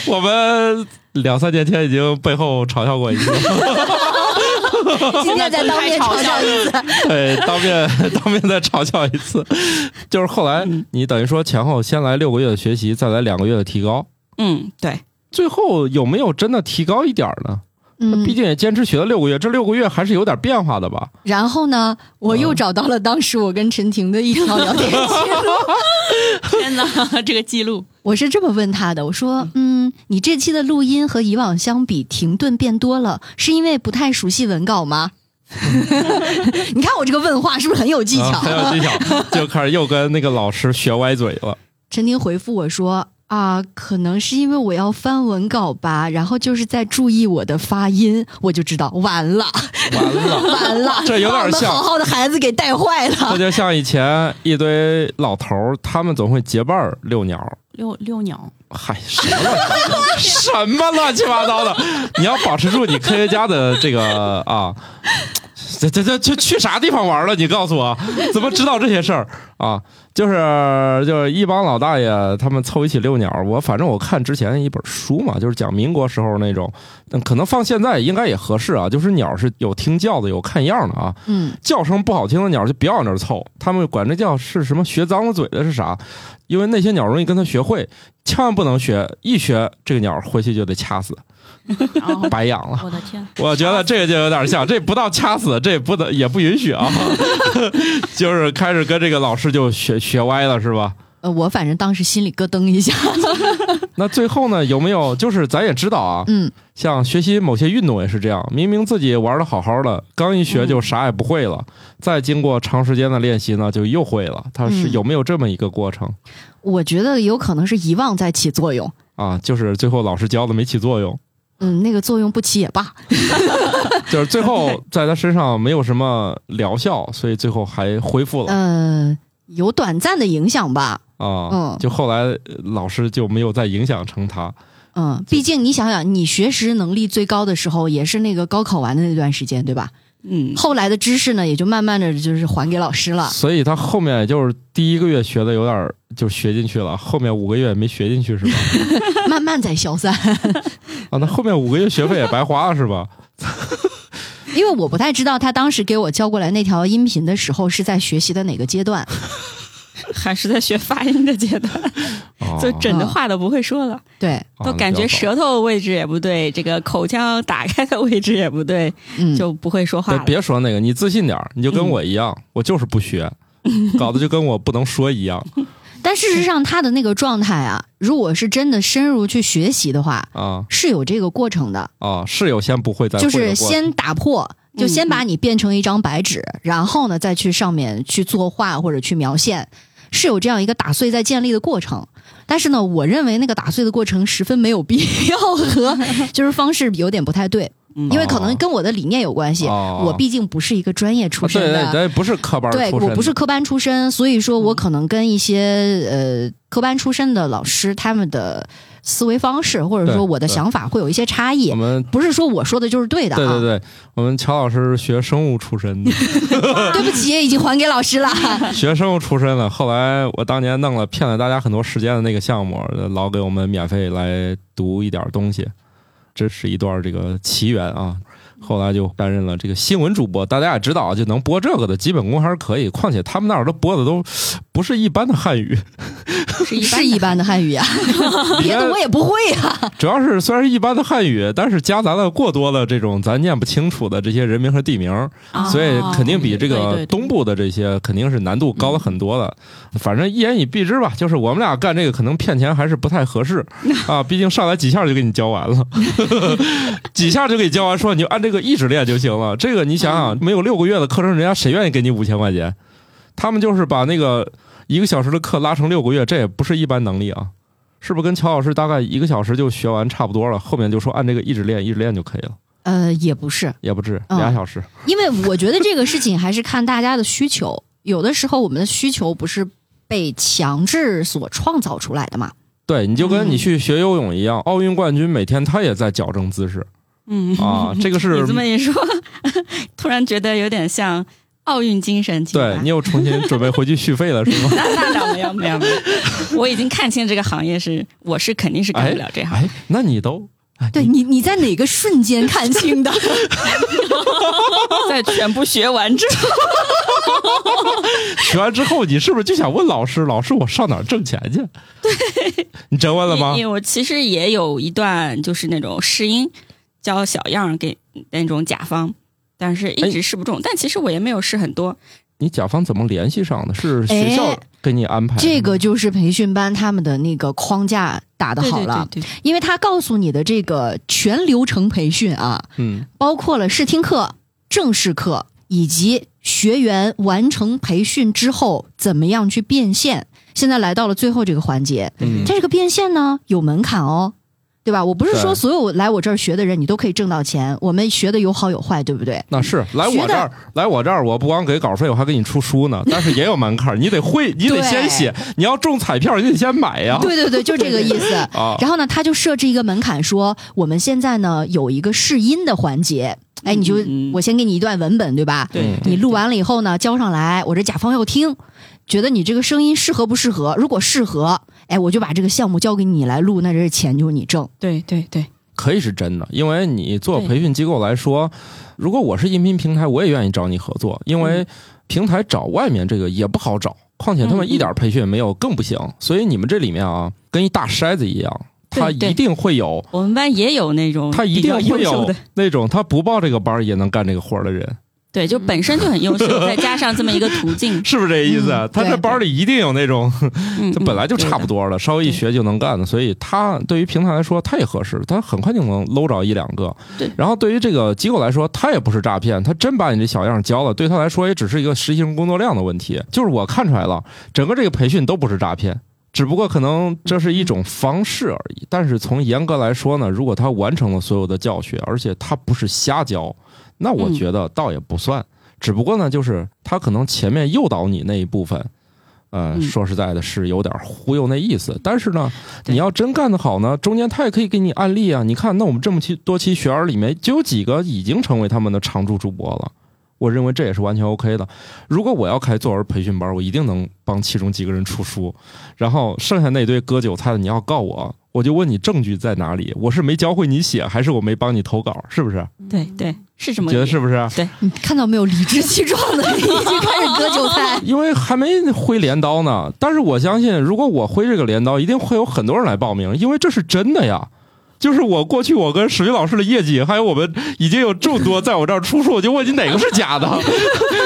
我们两三年前已经背后嘲笑过一次，
今天再 当面嘲笑一次。
对，当面当面再嘲笑一次，就是后来你等于说前后先来六个月的学习，再来两个月的提高，
嗯，对，
最后有没有真的提高一点儿呢？
嗯
毕竟也坚持学了六个月，这六个月还是有点变化的吧？
然后呢，我
嗯
又找到了当时我跟陈婷的一条聊天记 录。
天哪，这个记录
我是这么问他的，我说：“嗯，你这期的录音和以往相比停顿变多了，是因为不太熟悉文稿吗？” 你看我这个问话是不是很有技巧？
嗯啊很有技 巧，就开始又跟那个老师学歪嘴了。
陈婷回复我说：“啊，可能是因为我要翻文稿吧，然后就是在注意我的发音，我就知道完 了，
完 了，
完了，
这有点
把我们
像
好好的孩子给带坏
这
了。
就像以前一堆老头儿，他们总会结伴儿遛鸟儿。
遛遛 鸟，
嗨，什么乱七八糟 什么乱七八糟的？你要保持住你科学家的这个啊，这这这这去啥地方玩了？你告诉我，怎么知道这些事儿啊？就是就是一帮老大爷他们凑一起遛鸟儿。我反正我看之前一本书嘛，就是讲民国时候那种，嗯可能放现在应该也合适啊。就是鸟儿是有听叫的，有看样儿的啊。
嗯
叫声不好听的鸟就别往那儿凑，他们管这叫是什么学脏了嘴的是啥？因为那些鸟容易跟它学会，千万不能学，一学这个鸟回去就得掐死，
然后
白养了。
我的天，
我觉得这个就有点像，这不到掐死，这不得也不允许啊，就是开始跟这个老师就学学歪了是吧？
呃，我反正当时心里咯噔 一下。
那最后呢，有没有就是咱也知道啊，
嗯，
像学习某些运动也是这样，明明自己玩的好好的，刚一学就啥也不会了，
嗯
再经过长时间的练习呢，就又会了。它是
嗯
有没有这么一个过程
我觉得有可能是遗忘在起作用。
啊？就是最后老师教的没起作 用，
嗯，那个作用不起也罢。
就是最后在他身上没有什么疗效，所以最后还恢复了
呃，有短暂的影响吧。
啊
嗯。
就后来呃老师就没有再影响成他，
嗯，毕竟你想想，你学识能力最高的时候，也是那个高考完的那段时间，对吧？
嗯，
后来的知识呢，也就慢慢的就是还给老师 了。
所以他后面也就是第一个月学的有点儿就学进去了，后面五个月没学进去 是吧？
慢慢在消散。
啊，那后面五个月学费也白花了是吧？
因为我不太知道他当时给我交过来那条音频的时候是在学习的哪个阶段。
还是在学发音的阶段，
啊
就整的话都不会说了，
对，
啊
都感觉
比较早
舌头位置也不对，这个口腔打开的位置也不对，
嗯，
就不会说话
别
了。
别说那个，你自信点儿，你就跟我一样，
嗯
我就是不 学，搞得就跟我不能说一样
但事实上他的那个状态啊，如果是真的深入去学习的话，
啊
是有这个过程的。
啊！是有先不会再会
就
的
是
过程
先打破，就先把你变成一张白纸，然后呢再去上面去作画或者去描线，是有这样一个打碎再建立的过程。但是呢，我认为那个打碎的过程十分没有必 要和就是方式有点不太对，
嗯
因为可能跟我的理念有关系。
哦
我毕竟不是一个专业出
啊
身
对
的，
对对，不是科班儿
对
出身的，
我不是科班出身，所以说我可能跟一些、呃科班出身的老师他们的思维方式或者
对
说我的
对
想法会有一些差异
我。们。
不是说我说的就是对的啊，
对对对，我们乔老师学生物出身的，
对不起，已经还给老师了。
学生物出身的。后来我当年弄了骗了大家很多时间的那个项目，老给我们免费来读一点儿东西，这是一段儿这个奇缘啊。后来就担任了这个新闻主播，大家也知道啊，就能播这个的基本功还是可以。况且他们那儿都播的都不是一般的汉语，
是一般
是一般的汉语啊呀、 别 的我也不会啊呀、
主要是虽然是一般的汉语，但是夹杂了过多的这种咱念不清楚的这些人名和地名，
啊
所以肯定比这
对嗯
个
对对
东部的这些肯定是难度高了很多了。反正一言以蔽之吧，就是我们俩干这个可能骗钱还是不太合适
嗯
啊，毕竟上来几下就给你教完 了，几下就给你教完，说你就按这个意志练就行了。这个你想
嗯
想，没有六个月的课程，人家谁愿意给你五千块钱？他们就是把那个一个小时的课拉成六个月，这也不是一般能力啊。是不是跟乔老师大概一个小时就学完差不多了？后面就说按这个一直练，一直练就可以了，
呃，也不是，
也不至
嗯
俩小时。
因为我觉得这个事情还是看大家的需求，有的时候我们的需求不是被强制所创造出来的嘛。
对，你就跟你去学游泳一样，奥运冠军每天他也在矫正姿势
嗯
啊，这个是
你这么一说， 突然觉得有点像奥运精神体吧。
对你又重新准备回去续费了是 吗？
那那倒没有没有没有， 我已经看清这个行业是，我是肯定是干不了这行。
哎，那你都
对你，你在哪个瞬间看清的？
在全部学完之后，
学完之后，你是不是就想问老师，老师我上哪儿挣钱去？对，你真问了吗
因？因为我其实也有一段就是那种试音教小样给那种甲方，但是一直试不中。但其实我也没有试很多，
你甲方怎么联系上的？是学校
哎
给你安排的吗？
这个就是培训班他们的那个框架打的
对
好了，
对对对
因为他告诉你的这个全流程培训啊，
嗯，
包括了试听课、正式课以及学员完成培训之后怎么样去变现。现在来到了最后这个环节，
嗯
这个变现呢有门槛哦，对吧？我不是
对
说所有来我这儿学的人你都可以挣到钱，我们学的有好有坏，对不对？
那是来我
学的
这儿，来我这儿，我不光给稿费，我还给你出书呢。但是也有门槛儿，你得会，你得
对
先写，你要中彩票，你得先买呀。
对对对，就这个意思。
啊，
然后呢，他就设置一个门槛说，我们现在呢有一个试音的环节，哎，你就、
嗯嗯
我先给你一段文本，对吧？
嗯
对，
你录完了以后呢，交上来，我这甲方要听，觉得你这个声音适合不适合？如果适合，哎，我就把这个项目交给你来录，那这钱就是你挣。
对对对，
可以是真的，因为你做
对
培训机构来说，如果我是音频平台，我也愿意找你合作，因为平台找外面这个也不好找，况且他们一点培训也没有，更不行。所以你们这里面啊，跟一大筛子一样，
对嗯
他
对
一定会有，
我们班也有那种
他一定
比较
会
优秀
有
的，
那种他不报这个班儿也能干这个活儿的人，
对，就本身就很优秀，再加上这么一个途 径，
是不是这意思？啊
嗯
他这
对
班儿里一定有那种
嗯，
他本来就差不
多。
多了，稍微一学就能干的，所以他对于平台来说，他也合适，他很快就能搂着一两个。
对
然后对于这个机构来说，他也不是诈骗，他真把你这小样教了，对他来说也只是一个实习生工作量的问题。就是我看出来了，整个这个培训都不是诈骗。只不过可能这是一种方式而已，但是从严格来说呢，如果他完成了所有的教学，而且他不是瞎教，那我
嗯
觉得倒也不算。只不过呢，就是他可能前面诱导你那一部分，呃，
嗯
说实在的是有点忽悠那意思。但是呢，
对
你要真干得好呢，中间他也可以给你案例啊。你看，那我们这么期多期学员里面，就有几个已经成为他们的常驻主播了。我认为这也是完全 OK 的。如果我要开作文培训班，我一定能帮其中几个人出书，然后剩下那堆割韭菜的，你要告我，我就问你证据在哪里？我是没教会你写，还是我没帮你投稿？是不是？
对对，是这么
觉得
一个
是不是？
你
嗯
看到没有？理直气壮的已经开始割 韭菜。
因为还没挥镰刀呢。但是我相信，如果我挥这个镰刀，一定会有很多人来报名，因为这是真的呀。就是我过去我跟史军老师的业绩，还有我们已经有众多在我这儿出数，我就问你哪个是假的？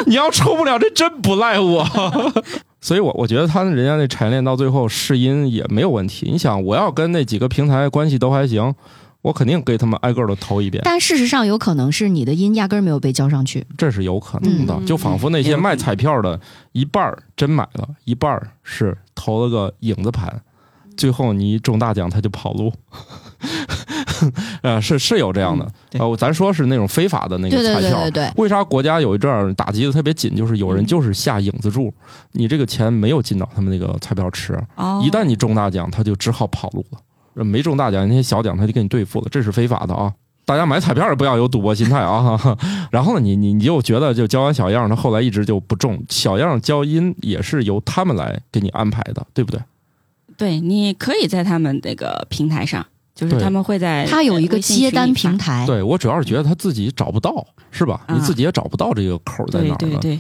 你要出不了，这真不赖我。 所以我，我觉得他人家那产业链到最后试音也没有问题。你想，我要跟那几个平台关系都还行，我肯定给他们挨个儿的投一遍，
但事实上，有可能是你的音压根儿没有被交上去。
这是有可能的。
嗯
就仿佛那
也
些
有可能
卖彩票的，一半儿真买了，一半儿是投了个影子盘，最后你一中大奖他就跑路。 呃，是是有这样的
嗯，对
呃，咱说是那种非法的那
对
个
对
彩
对
票。
对嗯对，
为啥国家有一阵儿打击的特别紧？就是有人就是下影子注，你这个钱没有进到他们那个彩票池，啊
哦，
一旦你中大奖，他就只好跑路了。呃没中大奖，那些小奖他就给你对付了，这是非法的啊！大家买彩票也不要有赌博心态啊。 然后呢，你你你就觉得就教完小样，他后来一直就不中。小样教音也是由他们来给你安排的，对不对？
对，你可以在他们那个平台上，就是
对
他们会在
他有一个
微信群
接单
里发
平台，
对我主要是觉得他自己找不到，是吧？
啊
你自己也找不到这个口在哪
对
儿
对
了，
对，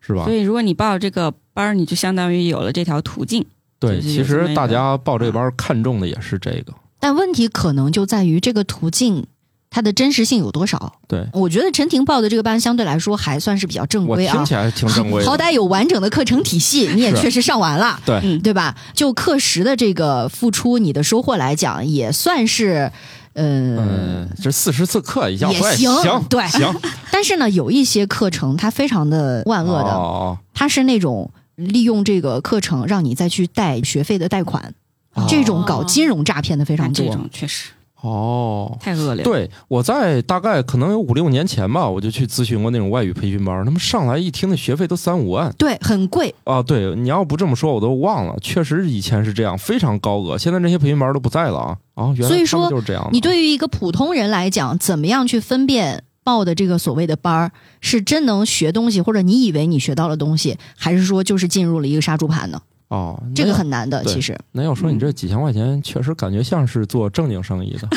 是吧
所？以如果你报这个班儿，你就相当于有了这条途径。
对，
就是有
其
这么
实
一
大
个
家报这班看重的也是这个，
但问题可能就在于这个途径它的真实性有多少。
对，
我觉得陈婷报的这个班相对来说还算是比较正
我
规啊
听，起来挺正规
好
的。
歹有完整的课程体系，你也
是
确实上完了。嗯
对
对吧？就课时的这个付出，你的收获来讲，也算是，呃，
嗯，这四十次课一下
也
会
行
行
对
行，
但是呢，有一些课程它非常的万恶的，
哦
它是那种利用这个课程让你再去贷学费的贷款，
哦哎
这种搞金融诈骗的非
那
常
哎这
多。
种确实
哦，
太恶劣了。
对，我在大概可能有五六年前吧，我就去咨询过那种外语培训班儿，他们上来一听那学费都三五万
对，很贵，
啊！对，你要不这么说，我都忘了，确实以前是这样，非常高额。现在这些培训班儿都不在了啊！哦，原来
所以
他们
说
就是这样的。
你对于一个普通人来讲，怎么样去分辨报的这个所谓的班儿是真能学东西，或者你以为你学到了东西，还是说就是进入了一个杀猪盘呢？
哦，那
这个
要
很难的，
对
其实。
那要说你这几千块钱，确实感觉像是做正经生 意的，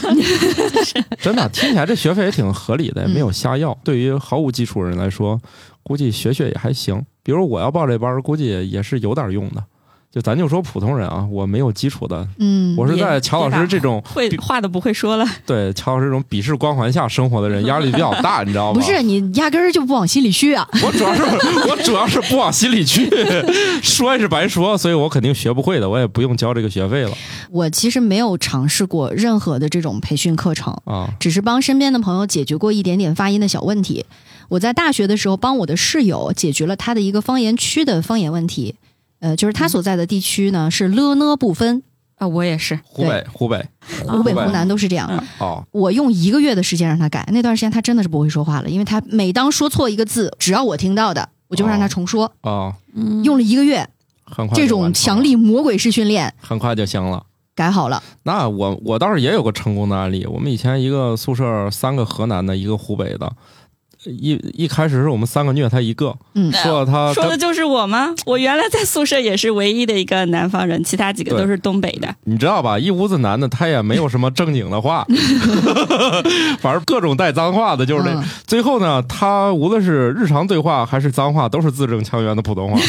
真的听起来这学费也挺合理的，也
嗯
没有瞎要。对于毫无基础人来说，估计学学也还行。比如我要报这班儿，估计也是有点用的。就咱就说普通人啊，我没有基础的，
嗯，
我是
也
在乔老
也
师
把
这种
会话都不会说了，
对乔老师这种鄙视光环下生活的人，压力比较大，你知道吗？
不是，你压根儿就不往心里去啊。
我主要是我主要是不往心里去， 说也是白说，所以我肯定学不会的，我也不用交这个学费了
我其实没有尝试过任何的这种培训课程，
啊。
只是帮身边的朋友解决过一点点发音的小问题。我在大学的时候帮我的室友解决了他的一个方言区的方言问题，呃，就是他所在的地区呢是了呢不分，
啊，我也是，
湖北，湖北，湖
湖北、
北
湖南都是这样。
嗯
哦，
我用一个月的时间让他改，那段时间他真的是不会说话了，因为他每当说错一个字，只要我听到的，我就让他重说，
哦，
嗯
用了一个月，
很快就
这种
完成
强
了，
力魔鬼式训练
很快就行了。
改好了。
那我我倒是也有个成功的案例。我们以前一个宿舍三个河南的，一个湖北的，一一开始是我们三个虐他一个，
嗯
说他
说的
跟
就是我吗？我原来在宿舍也是唯一的一个南方人，其他几个
对
都是东北的。
你知道吧，一屋子男的，他也没有什么正经的 话，反正各种带脏话的，就是那
嗯
最后呢，他无论是日常对话还是脏话，都是字正腔圆的普通 话。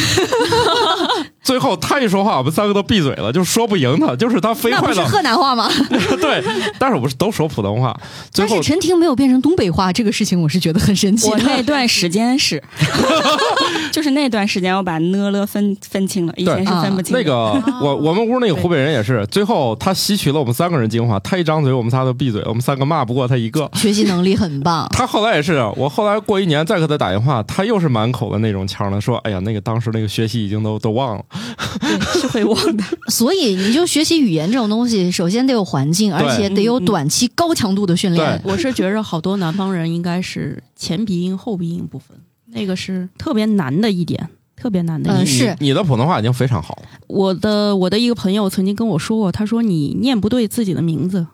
最后他一说话，我们三个都闭嘴了，就说不赢他，就是他飞
那
快
不是
到
河南话吗？
对，但是我们都说普通话。最
但
后
是陈婷没有变成东北话，这个事情我是觉得很神奇
我那
的。
段时间是， 就是那段时间我把呢了分分清了，以前是分不清
啊
的。
那个，我我们屋那个湖北人也是，最后他吸取了我们三个人精华，他一张嘴，我们仨都闭嘴，我们三个骂不过他一个。
学习能力很棒，
他后来也是，我后来过一年再给他打电话，他又是满口的那种腔了，说：“哎呀，那个当时那个学习已经都都忘了。
对是会忘的，
所以你就学习语言这种东西，首先得有环境，而且得有短期高强度的训 练。
我是觉着好多南方人应该是前鼻音后鼻音不分，那个是特别难的一点，特别难的一
嗯
点。
你”
是
你的普通话已经非常好了，，
我的我的一个朋友曾经跟我说过，他说你念不对自己的 名字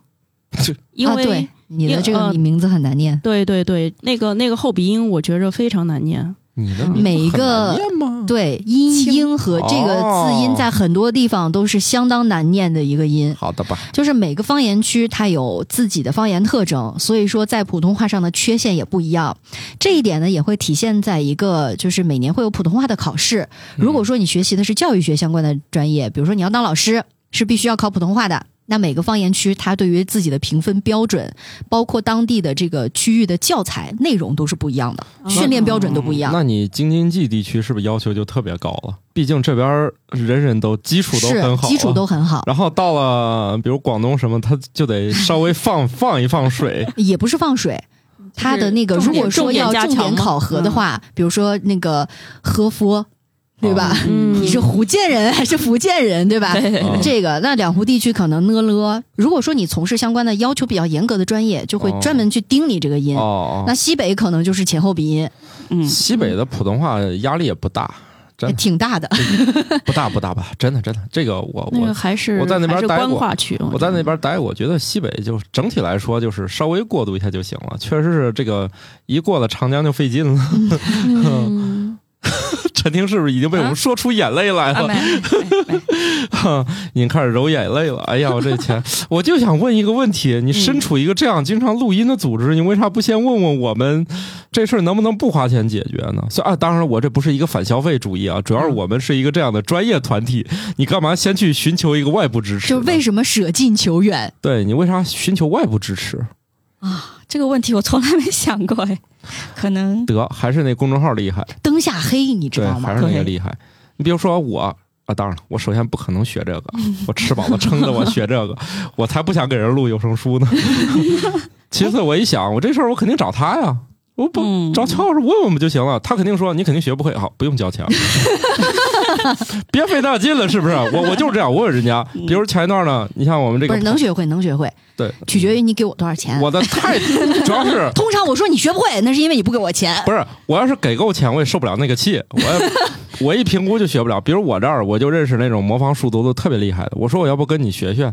因
啊，
为、
对，呃你的这
因
个
为
你名字很难念。
对对对，那个那个后鼻音，我觉着非常难念。
你的
嗯
名字
每一个
很难念吗？
对，音音和这个字音
哦
在很多地方都是相当难念的一个音，
好的吧，
就是每个方言区它有自己的方言特征，所以说在普通话上的缺陷也不一样。这一点呢，也会体现在一个就是每年会有普通话的考试。
嗯
如果说你学习的是教育学相关的专业，比如说你要当老师，是必须要考普通话的。那每个方言区，它对于自己的评分标准，包括当地的这个区域的教材内容都是不一样的，
哦
训练标准都不一样。
那你京津冀地区是不是要求就特别高了？毕竟这边儿人人都基础都很好
是
啊，
基础都很好，
然后到了比如广东什么，他就得稍微放 放一放水。
也不是放水。它的那个，
重
如
点
果说要
重点加
重点
强吗嗯
考核的话，比如说那个合
哦
佛，对吧？
嗯，
你是福建人 还是福建人，对吧？
对对
对
这个那两湖地区可能呢了。如果说你从事相关的要求比较严格的专业，就会
哦
专门去盯你这个音。
哦，
那西北可能就是前后鼻音，
嗯，
西北的普通话
嗯
压力也不 大，真
也
的
挺大的。
不大不大吧？真的真的，这个我
那个
我
还是
我在那边
还是
待过
官话区，
我在那边待，我觉得西北就整体来说就是稍微过 渡一下就行了。确实是这个一过了长江就费劲了。
嗯
陈婷是不是已经被我们说出眼泪来
啊，
了？
没没没，
哈， 您开始揉眼泪了。哎呀，我这 钱，我就想问一个问题：你身处一个这样经常录音的组织，你为啥不先问问我们这事儿能不能不花钱解决呢？所以啊，当然我这不是一个反消费主义啊，主要是
嗯
我们是一个这样的专业团体，你干嘛先去寻求一个外部支持
就
呢？
为什么舍近求远
对你为啥寻求外部支持？
啊，这个问题我从来没想过哎，可能
得还是那公众号厉害，
灯下黑，你知
对，
道
还
吗
是？那个
对
厉害。你比如说我。啊，当然了，我首先不可能学这个，啊我吃饱了撑的，我学这个，我才不想给人录有声 书呢。其次，我一想，我这事儿我肯定找他呀，我不、
嗯
找乔老师问问不就行了？他肯定说你肯定学不会，好，不用交 钱，别费那劲了，是不是？我我就是这样，我问人家，比如前一段呢，你像我们这
不
个
是能学会能学会，
对，
取决于你给我多少钱。
我的态度主要是
通常我说你学不会，那是因为你不给我钱。
不是，我要是给够钱，我也受不了那个气。我也我一评估就学不了。比如我这儿，我就认识那种模仿数独的特别厉害的。我说我要不跟你学学，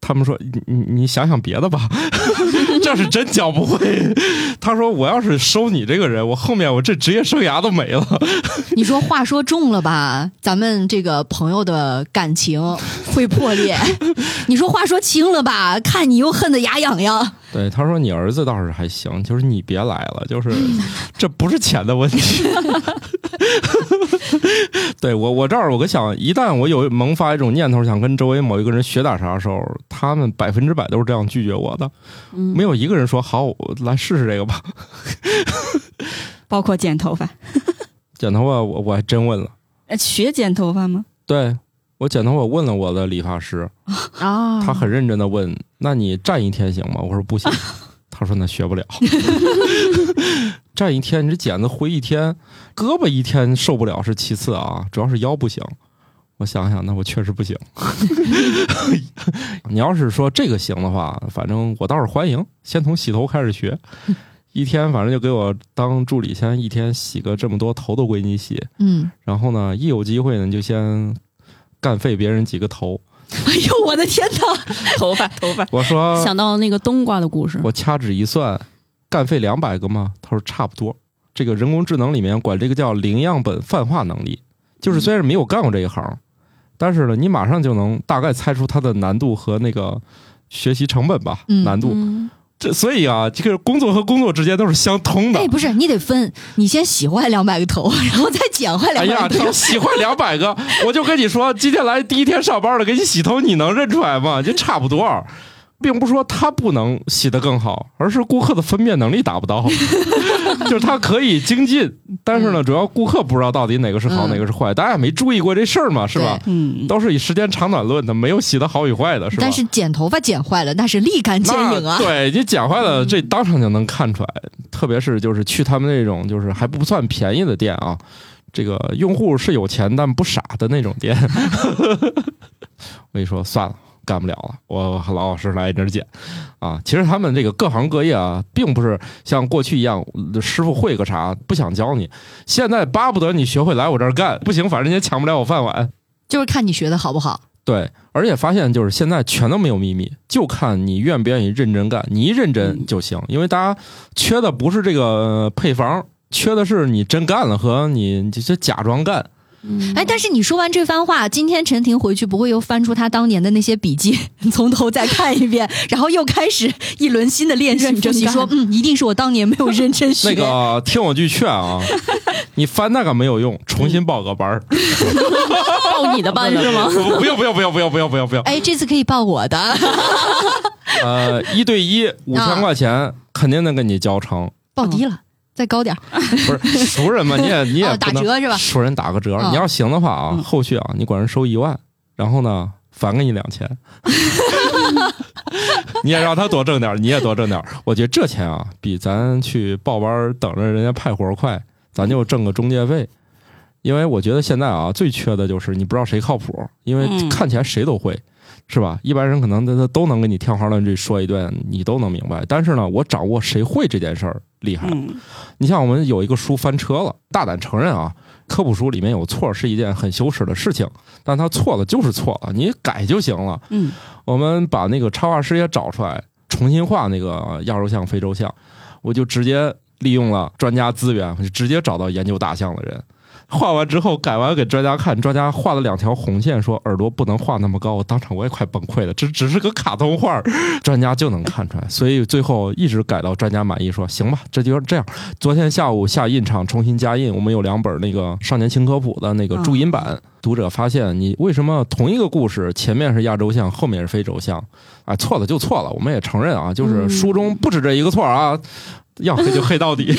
他们说你你你想想别的吧， 这是真教不会。 他说我要是收你这个人，我后面我这职业生涯都没了。
你说话说重了吧，咱们这个朋友的感情 会破裂；你说话说轻了吧，看你又恨得牙痒痒。
对，他说你儿子倒是还行，就是你别来了，就是这不是钱的问题。 对我，我这儿我个想，一旦我有萌发一种念头，想跟周围某一个人学点啥时候，他们百分之百都是这样拒绝我的，
嗯
没有一个人说好，我来试试这个吧。
包括剪头发，
剪头发我我还真问了，
呃学剪头发吗？
对我剪头发问了我的理发师，
啊
嗯
他很认真的问：“那你站一天行吗？”我说：“不行。”他说：“那学不了。”站一天，你这剪子挥一天，胳膊一天受不了是其次啊，主要是腰不行。我想想，那我确实不行。 你要是说这个行的话，反正我倒是欢迎，先从洗头开始学。一天反正就给我当助理，先一天洗个这么多头都归你洗，
嗯，
然后呢，一有机会呢，你就先干废别人几个头。
哎呦我的天哪！
头发头发，
我说
想到那个冬瓜的故事，
我掐指一算，干废两百个吗？他说差不多。这个人工智能里面管这个叫零样本泛化能力，就是虽然没有干过这一行，但是呢，你马上就能大概猜出它的难度和那个学习成本吧，
嗯
难度。
嗯，
这所以啊，这个工作和工作之间都是相通的
哎，。不是，你得分，你先洗坏两百个头， 然后再剪坏
哎
两
呀，
百个
这
头。
洗坏两百个，我就跟你说，今天来第一天上班的，给你洗头，你能认出来吗？就差不多，并不是说他不能洗得更好，而是顾客的分辨能力达不 到， 就是他可以精进，但是呢，主要顾客不知道到底哪个是好，
嗯
哪个是坏，大家也没注意过这事儿嘛，是吧？
嗯，
都是以时间长短论的，没有洗得好与坏的，是吧？
但是剪头发剪坏了，那是立竿见影啊
那！对你剪坏了，这当场就能看出来。特别是就是去他们那种就是还不算便宜的店啊，这个用户是有钱但不傻的那种店。 我跟你说，算了。干不了了，我老老实实来这儿剪，啊，其实他们这个各行各业啊，并不是像过去一样，师傅会个啥不想教你，现在巴不得你学会来我这儿干，不行，反正人家抢不了我饭碗，
就是看你学的好不好。
对，而且发现就是现在全都没有秘密，就看你愿不愿意认真干。你一认真就行，因为大家缺的不是这个呃配方，缺的是你真干了和你你这假装干。
嗯
哎，但是你说完这番话，今天陈婷回去不会又翻出她当年的那些笔记， 从头再看一遍，然后又开始一轮新的练习？
认
你
真
就心说，嗯，一定是我当年没有认真学。
那个听我句劝啊，你翻那个没有用，重新报个班儿。
报你的班 是吗？
不不用不用不用不用不用不用不用。
哎，这次可以报我的，
呃，一对一五
啊
千块钱肯定能给你教成，
报低了，再高点儿。
不 是熟人嘛，你也你也
哦，
不
打
能
折是吧？
熟人打个折，
嗯
你要行的话啊，
嗯
后续啊，你管人收一万，然后呢，返给你两 千，你也让他多挣点儿，你也多挣点儿。我觉得这钱啊，比咱去报班儿等着人家派活儿快，咱就挣个中介费。因为我觉得现在啊，最缺的就是你不知道谁靠谱，因为
嗯
看起来谁都会，是吧？一般人可能他他都能给你天花乱坠说一顿，你都能明白。但是呢，我掌握谁会这件事儿厉害。
嗯
你像我们有一个书翻车了，大胆承认啊，科普书里面有错是一件很羞耻的事情，但他错了就是错了，你改就行了。
嗯，
我们把那个插画师也找出来，重新画那个呃亚洲象、非洲象，我就直接利用了专家资源，我就直接找到研究大象的人。画完之后改完给专家看，专家画了两条红线，说耳朵不能画那么高，我当场我也快崩溃了。这只是个卡通画儿，专家就能看出来，所以最后一直改到专家满意，说行吧，这就是这样。昨天下午下印厂重新加印，我们有两本那个少年轻科普的那个注音版。读者发现，你为什么同一个故事前面是亚洲象，后面是非洲象？啊，错了就错了，我们也承认啊，就是书中不止这一个错啊，要黑就黑到底。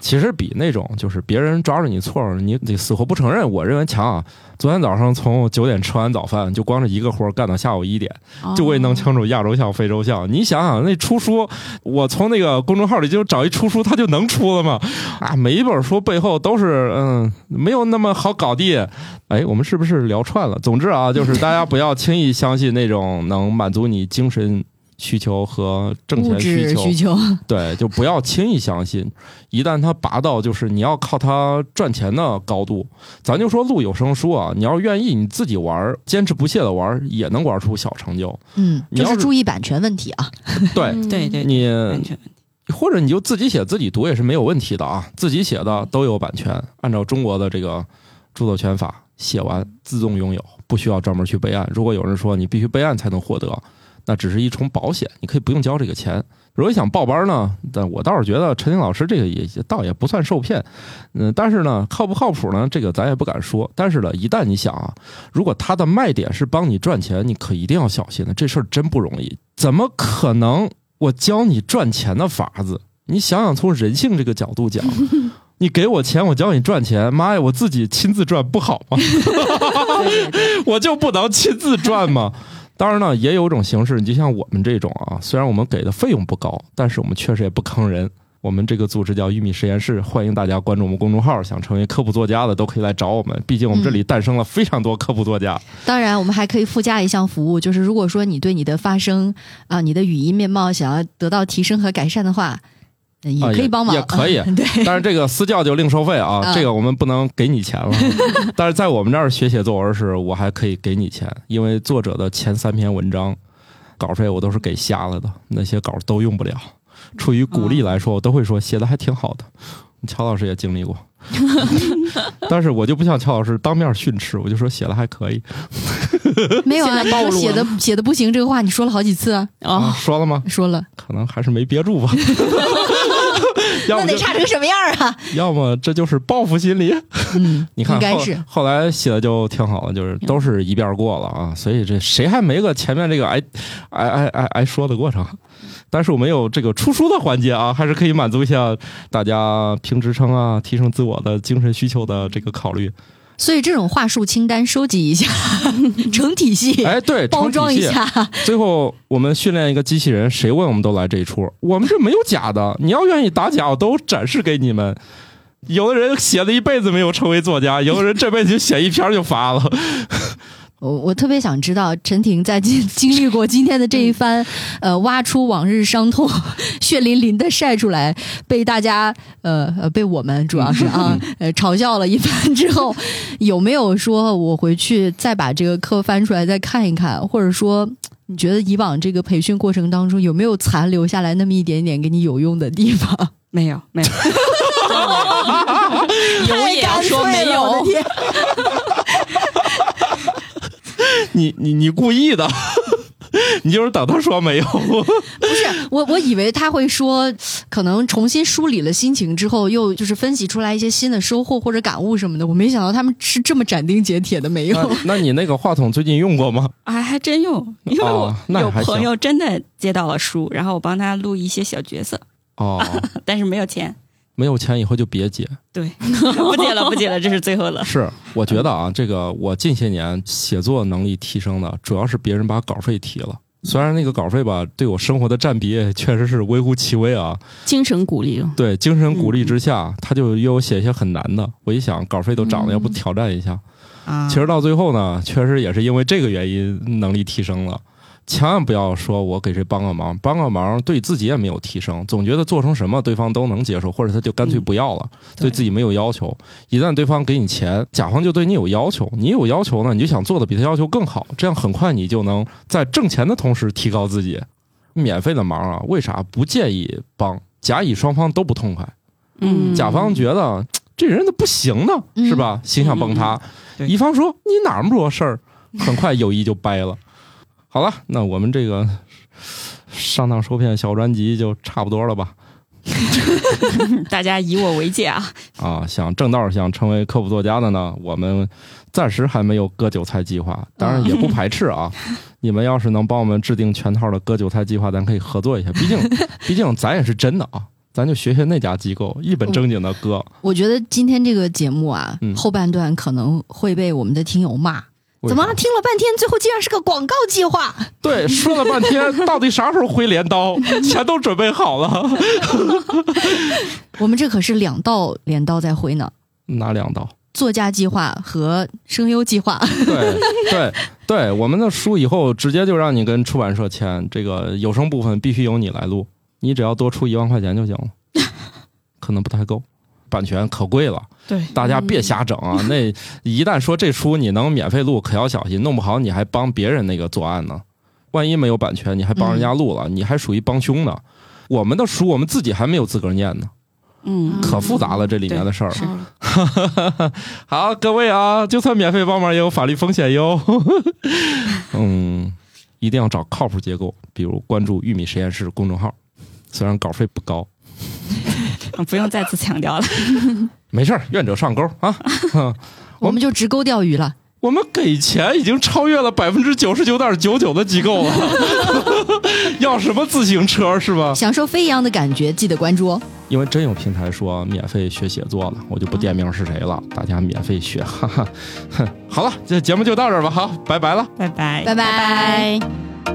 其实比那种就是别人抓着你错儿，你你死活不承认，我认为强啊。昨天早上从九点吃完早饭，就光是一个活儿干到下午一点，
哦
就为弄清楚亚洲象、非洲象。你想啊想，那出书，我从那个公众号里就找一出书，它就能出了吗？啊，每一本书背后都是嗯，没有那么好搞定。哎，我们是不是聊串了？总之啊，就是大家不要轻易相信那种能满足你精神需求和挣
物
钱需
质
求
需求，
对，就不要轻易相信。一旦它拔到就是你要靠它赚钱的高度，咱就说录有声书啊，你要愿意你自己玩儿，坚持不懈的玩儿，也能玩出小成就。
嗯，
你
就
要
是
是
注意版权问题啊。
对
嗯
对对，
你，
完全
或者你就自己写自己读也是没有问题的啊，自己写的都有版权，按照中国的这个著作权法，写完自动拥有，不需要专门去备案。如果有人说你必须备案才能获得，那只是一重保险，你可以不用交这个钱。如果想报班呢，但我倒是觉得陈静老师这个也也倒也不算受骗，嗯，但是呢，靠不靠谱呢，这个咱也不敢说。但是呢，一旦你想啊，如果他的卖点是帮你赚钱，你可一定要小心了，这事儿真不容易，怎么可能我教你赚钱的法子。你想想，从人性这个角度讲，你给我钱，我教你赚钱，妈呀，我自己亲自赚不好吗？ 我就不能亲自赚吗？当然呢，也有一种形式，你就像我们这种啊，虽然我们给的费用不高，但是我们确实也不坑人。我们这个组织叫玉米实验室，欢迎大家关注我们公众号，想成为科普作家的都可以来找我们。毕竟我们这里诞生了非常多科普作家。
当然，我们还可以附加一项服务，就是如果说你对你的发声啊、你的语音面貌想要得到提升和改善的话，呃也
啊
可以
也
帮忙，
也可以
对，
但是这个私教就另收费啊，
嗯
这个我们不能给你钱 了。但是在我们这儿学写作文时，我还可以给你钱，因为作者的前三篇文章稿费我都是给瞎了的，那些稿都用不了。出于鼓励来说，我都会说写的还挺好的。
嗯
乔老师也经历 过，但是我就不像乔老师当面训斥，我就说写的还可以
没有啊，
现
你
在暴露
说
了
写的写的不行这个话，你说了好几次啊，
啊，
哦，
说了吗？
说了，
可能还是没憋 住吧。 要
那
么就
得差成什么样啊？
要么这就是报复心理。
嗯，
你看，
应该
后
是
后来写的就挺好了，就是都是一遍儿过了啊，所以这谁还没个前面这个挨挨挨挨挨说的过程？
嗯
但是我们有这个出书的环节啊，还是可以满足一下大家评职称啊、提升自我的精神需求的这个考虑。
所以这种话术清单收集一下， 成体系。
哎，对，
包
成体
装一
系。
下，
最后我们训练一个机器人，谁问我们都来这一出。我们这没有假的，你要愿意打假，我都展示给你们。有的人写了一辈子没有成为作家，有的人这辈子就写一篇儿就发了。
我我特别想知道陈婷在 经经历过今天的这一番，呃，挖出往日伤痛，血淋淋的晒出来，被大家呃呃被我们主要 是啊呃嘲笑了一番之后，有没有说我回去再把这个课翻出来再看一看，或者说你觉得以往这个培训过程当中有没有残留下来那么一点点给你有用的地方？
没有没有，
有也要说没
太干脆了我的
有，
天
你你你故意的， 你就是等他说没有。
不是我，我以为他会说，可能重新梳理了心情之后，又就是分析出来一些新的收获或者感悟什么的。我没想到他们是这么斩钉截铁的，没有。
那你那个话筒最近用过吗？
哎，还真有，因为
哦
我
那
有
还行
朋友真的接到了书，然后我帮他录一些小角色，
哦，
但是没有钱，
没有钱以后就别 接。
对，不接了不接了，这是最 后了。
是，我觉得啊，这个我近些年写作能力提升的，主要是别人把稿费提了。虽然那个稿费吧，对我生活的占比也确实是微乎其微啊。
精神鼓
哦
励了。
对，精神鼓励之下，他就约我写一些很难的。我一想，稿费都涨了，要不挑战一下。
啊
其实到最后呢，确实也是因为这个原因能力提升了。千万不要说我给谁帮个忙，帮个忙对自己也没有提升，总觉得做成什么对方都能接受，或者他就干脆不要了，对自己没有要求。一旦对方给你钱，甲方就对你有要求，你有要求呢，你就想做的比他要求更好，这样很快你就能在挣钱的同时提高自己。免费的忙啊，为啥不建议帮？甲乙双方都不痛快。
嗯
甲方觉得嘖这人怎么不行呢？
嗯
是吧？形象崩塌。
嗯对
乙方说你哪儿那么多事儿？很快友谊就掰了。好了，那我们这个上当受骗小专辑就差不多了吧？
大家以我为戒啊！
啊，想正道儿想成为科普作家的呢，我们暂时还没有割韭菜计划，当然也不排斥啊。你们要是能帮我们制定全套的割韭菜计划，咱可以合作一下。毕竟，毕竟咱也是真的啊，咱就学学那家机构，一本正经的割。
我觉得今天这个节目啊，
嗯
后半段可能会被我们的听友骂。怎么
为啥
听了半天，最后竟然是个广告计划？
对，说了半天，到底啥时候回镰刀？钱都准备好了，
我们这可是两道镰刀在挥呢，
拿两刀。
作家计划和声优计划。
对对对，我们的书以后直接就让你跟出版社签，这个有声部分必须由你来录，你只要多出一万块钱就行了，可能不太够。版权可贵了，
对，
大家别瞎整啊！那一旦说这书你能免费录，可要小心，弄不好你还帮别人那个作案呢。万一没有版权，你还帮人家录了，你还属于帮凶呢。我们的书我们自己还没有资格念呢，
嗯，
可复杂了这里面的事儿。
是
好，各位啊，就算免费帮忙也有法律风险 哟。嗯，一定要找靠谱结构，比如关注“玉米实验室”公众号，虽然稿费不高，
不用再次强调了。
没事儿，愿者上钩啊。
我们就直钩钓鱼了。
我们给钱已经超越了百分之九十九点九九的机构了， 要什么自行车是吧？
享受飞一样的感觉，记得关注哦。
因为真有平台说免费学写作了，我就不点名是谁了，大家免费学，哈哈。哼好了，这节目就到这儿吧，好，拜拜了。
拜拜，
拜拜
拜。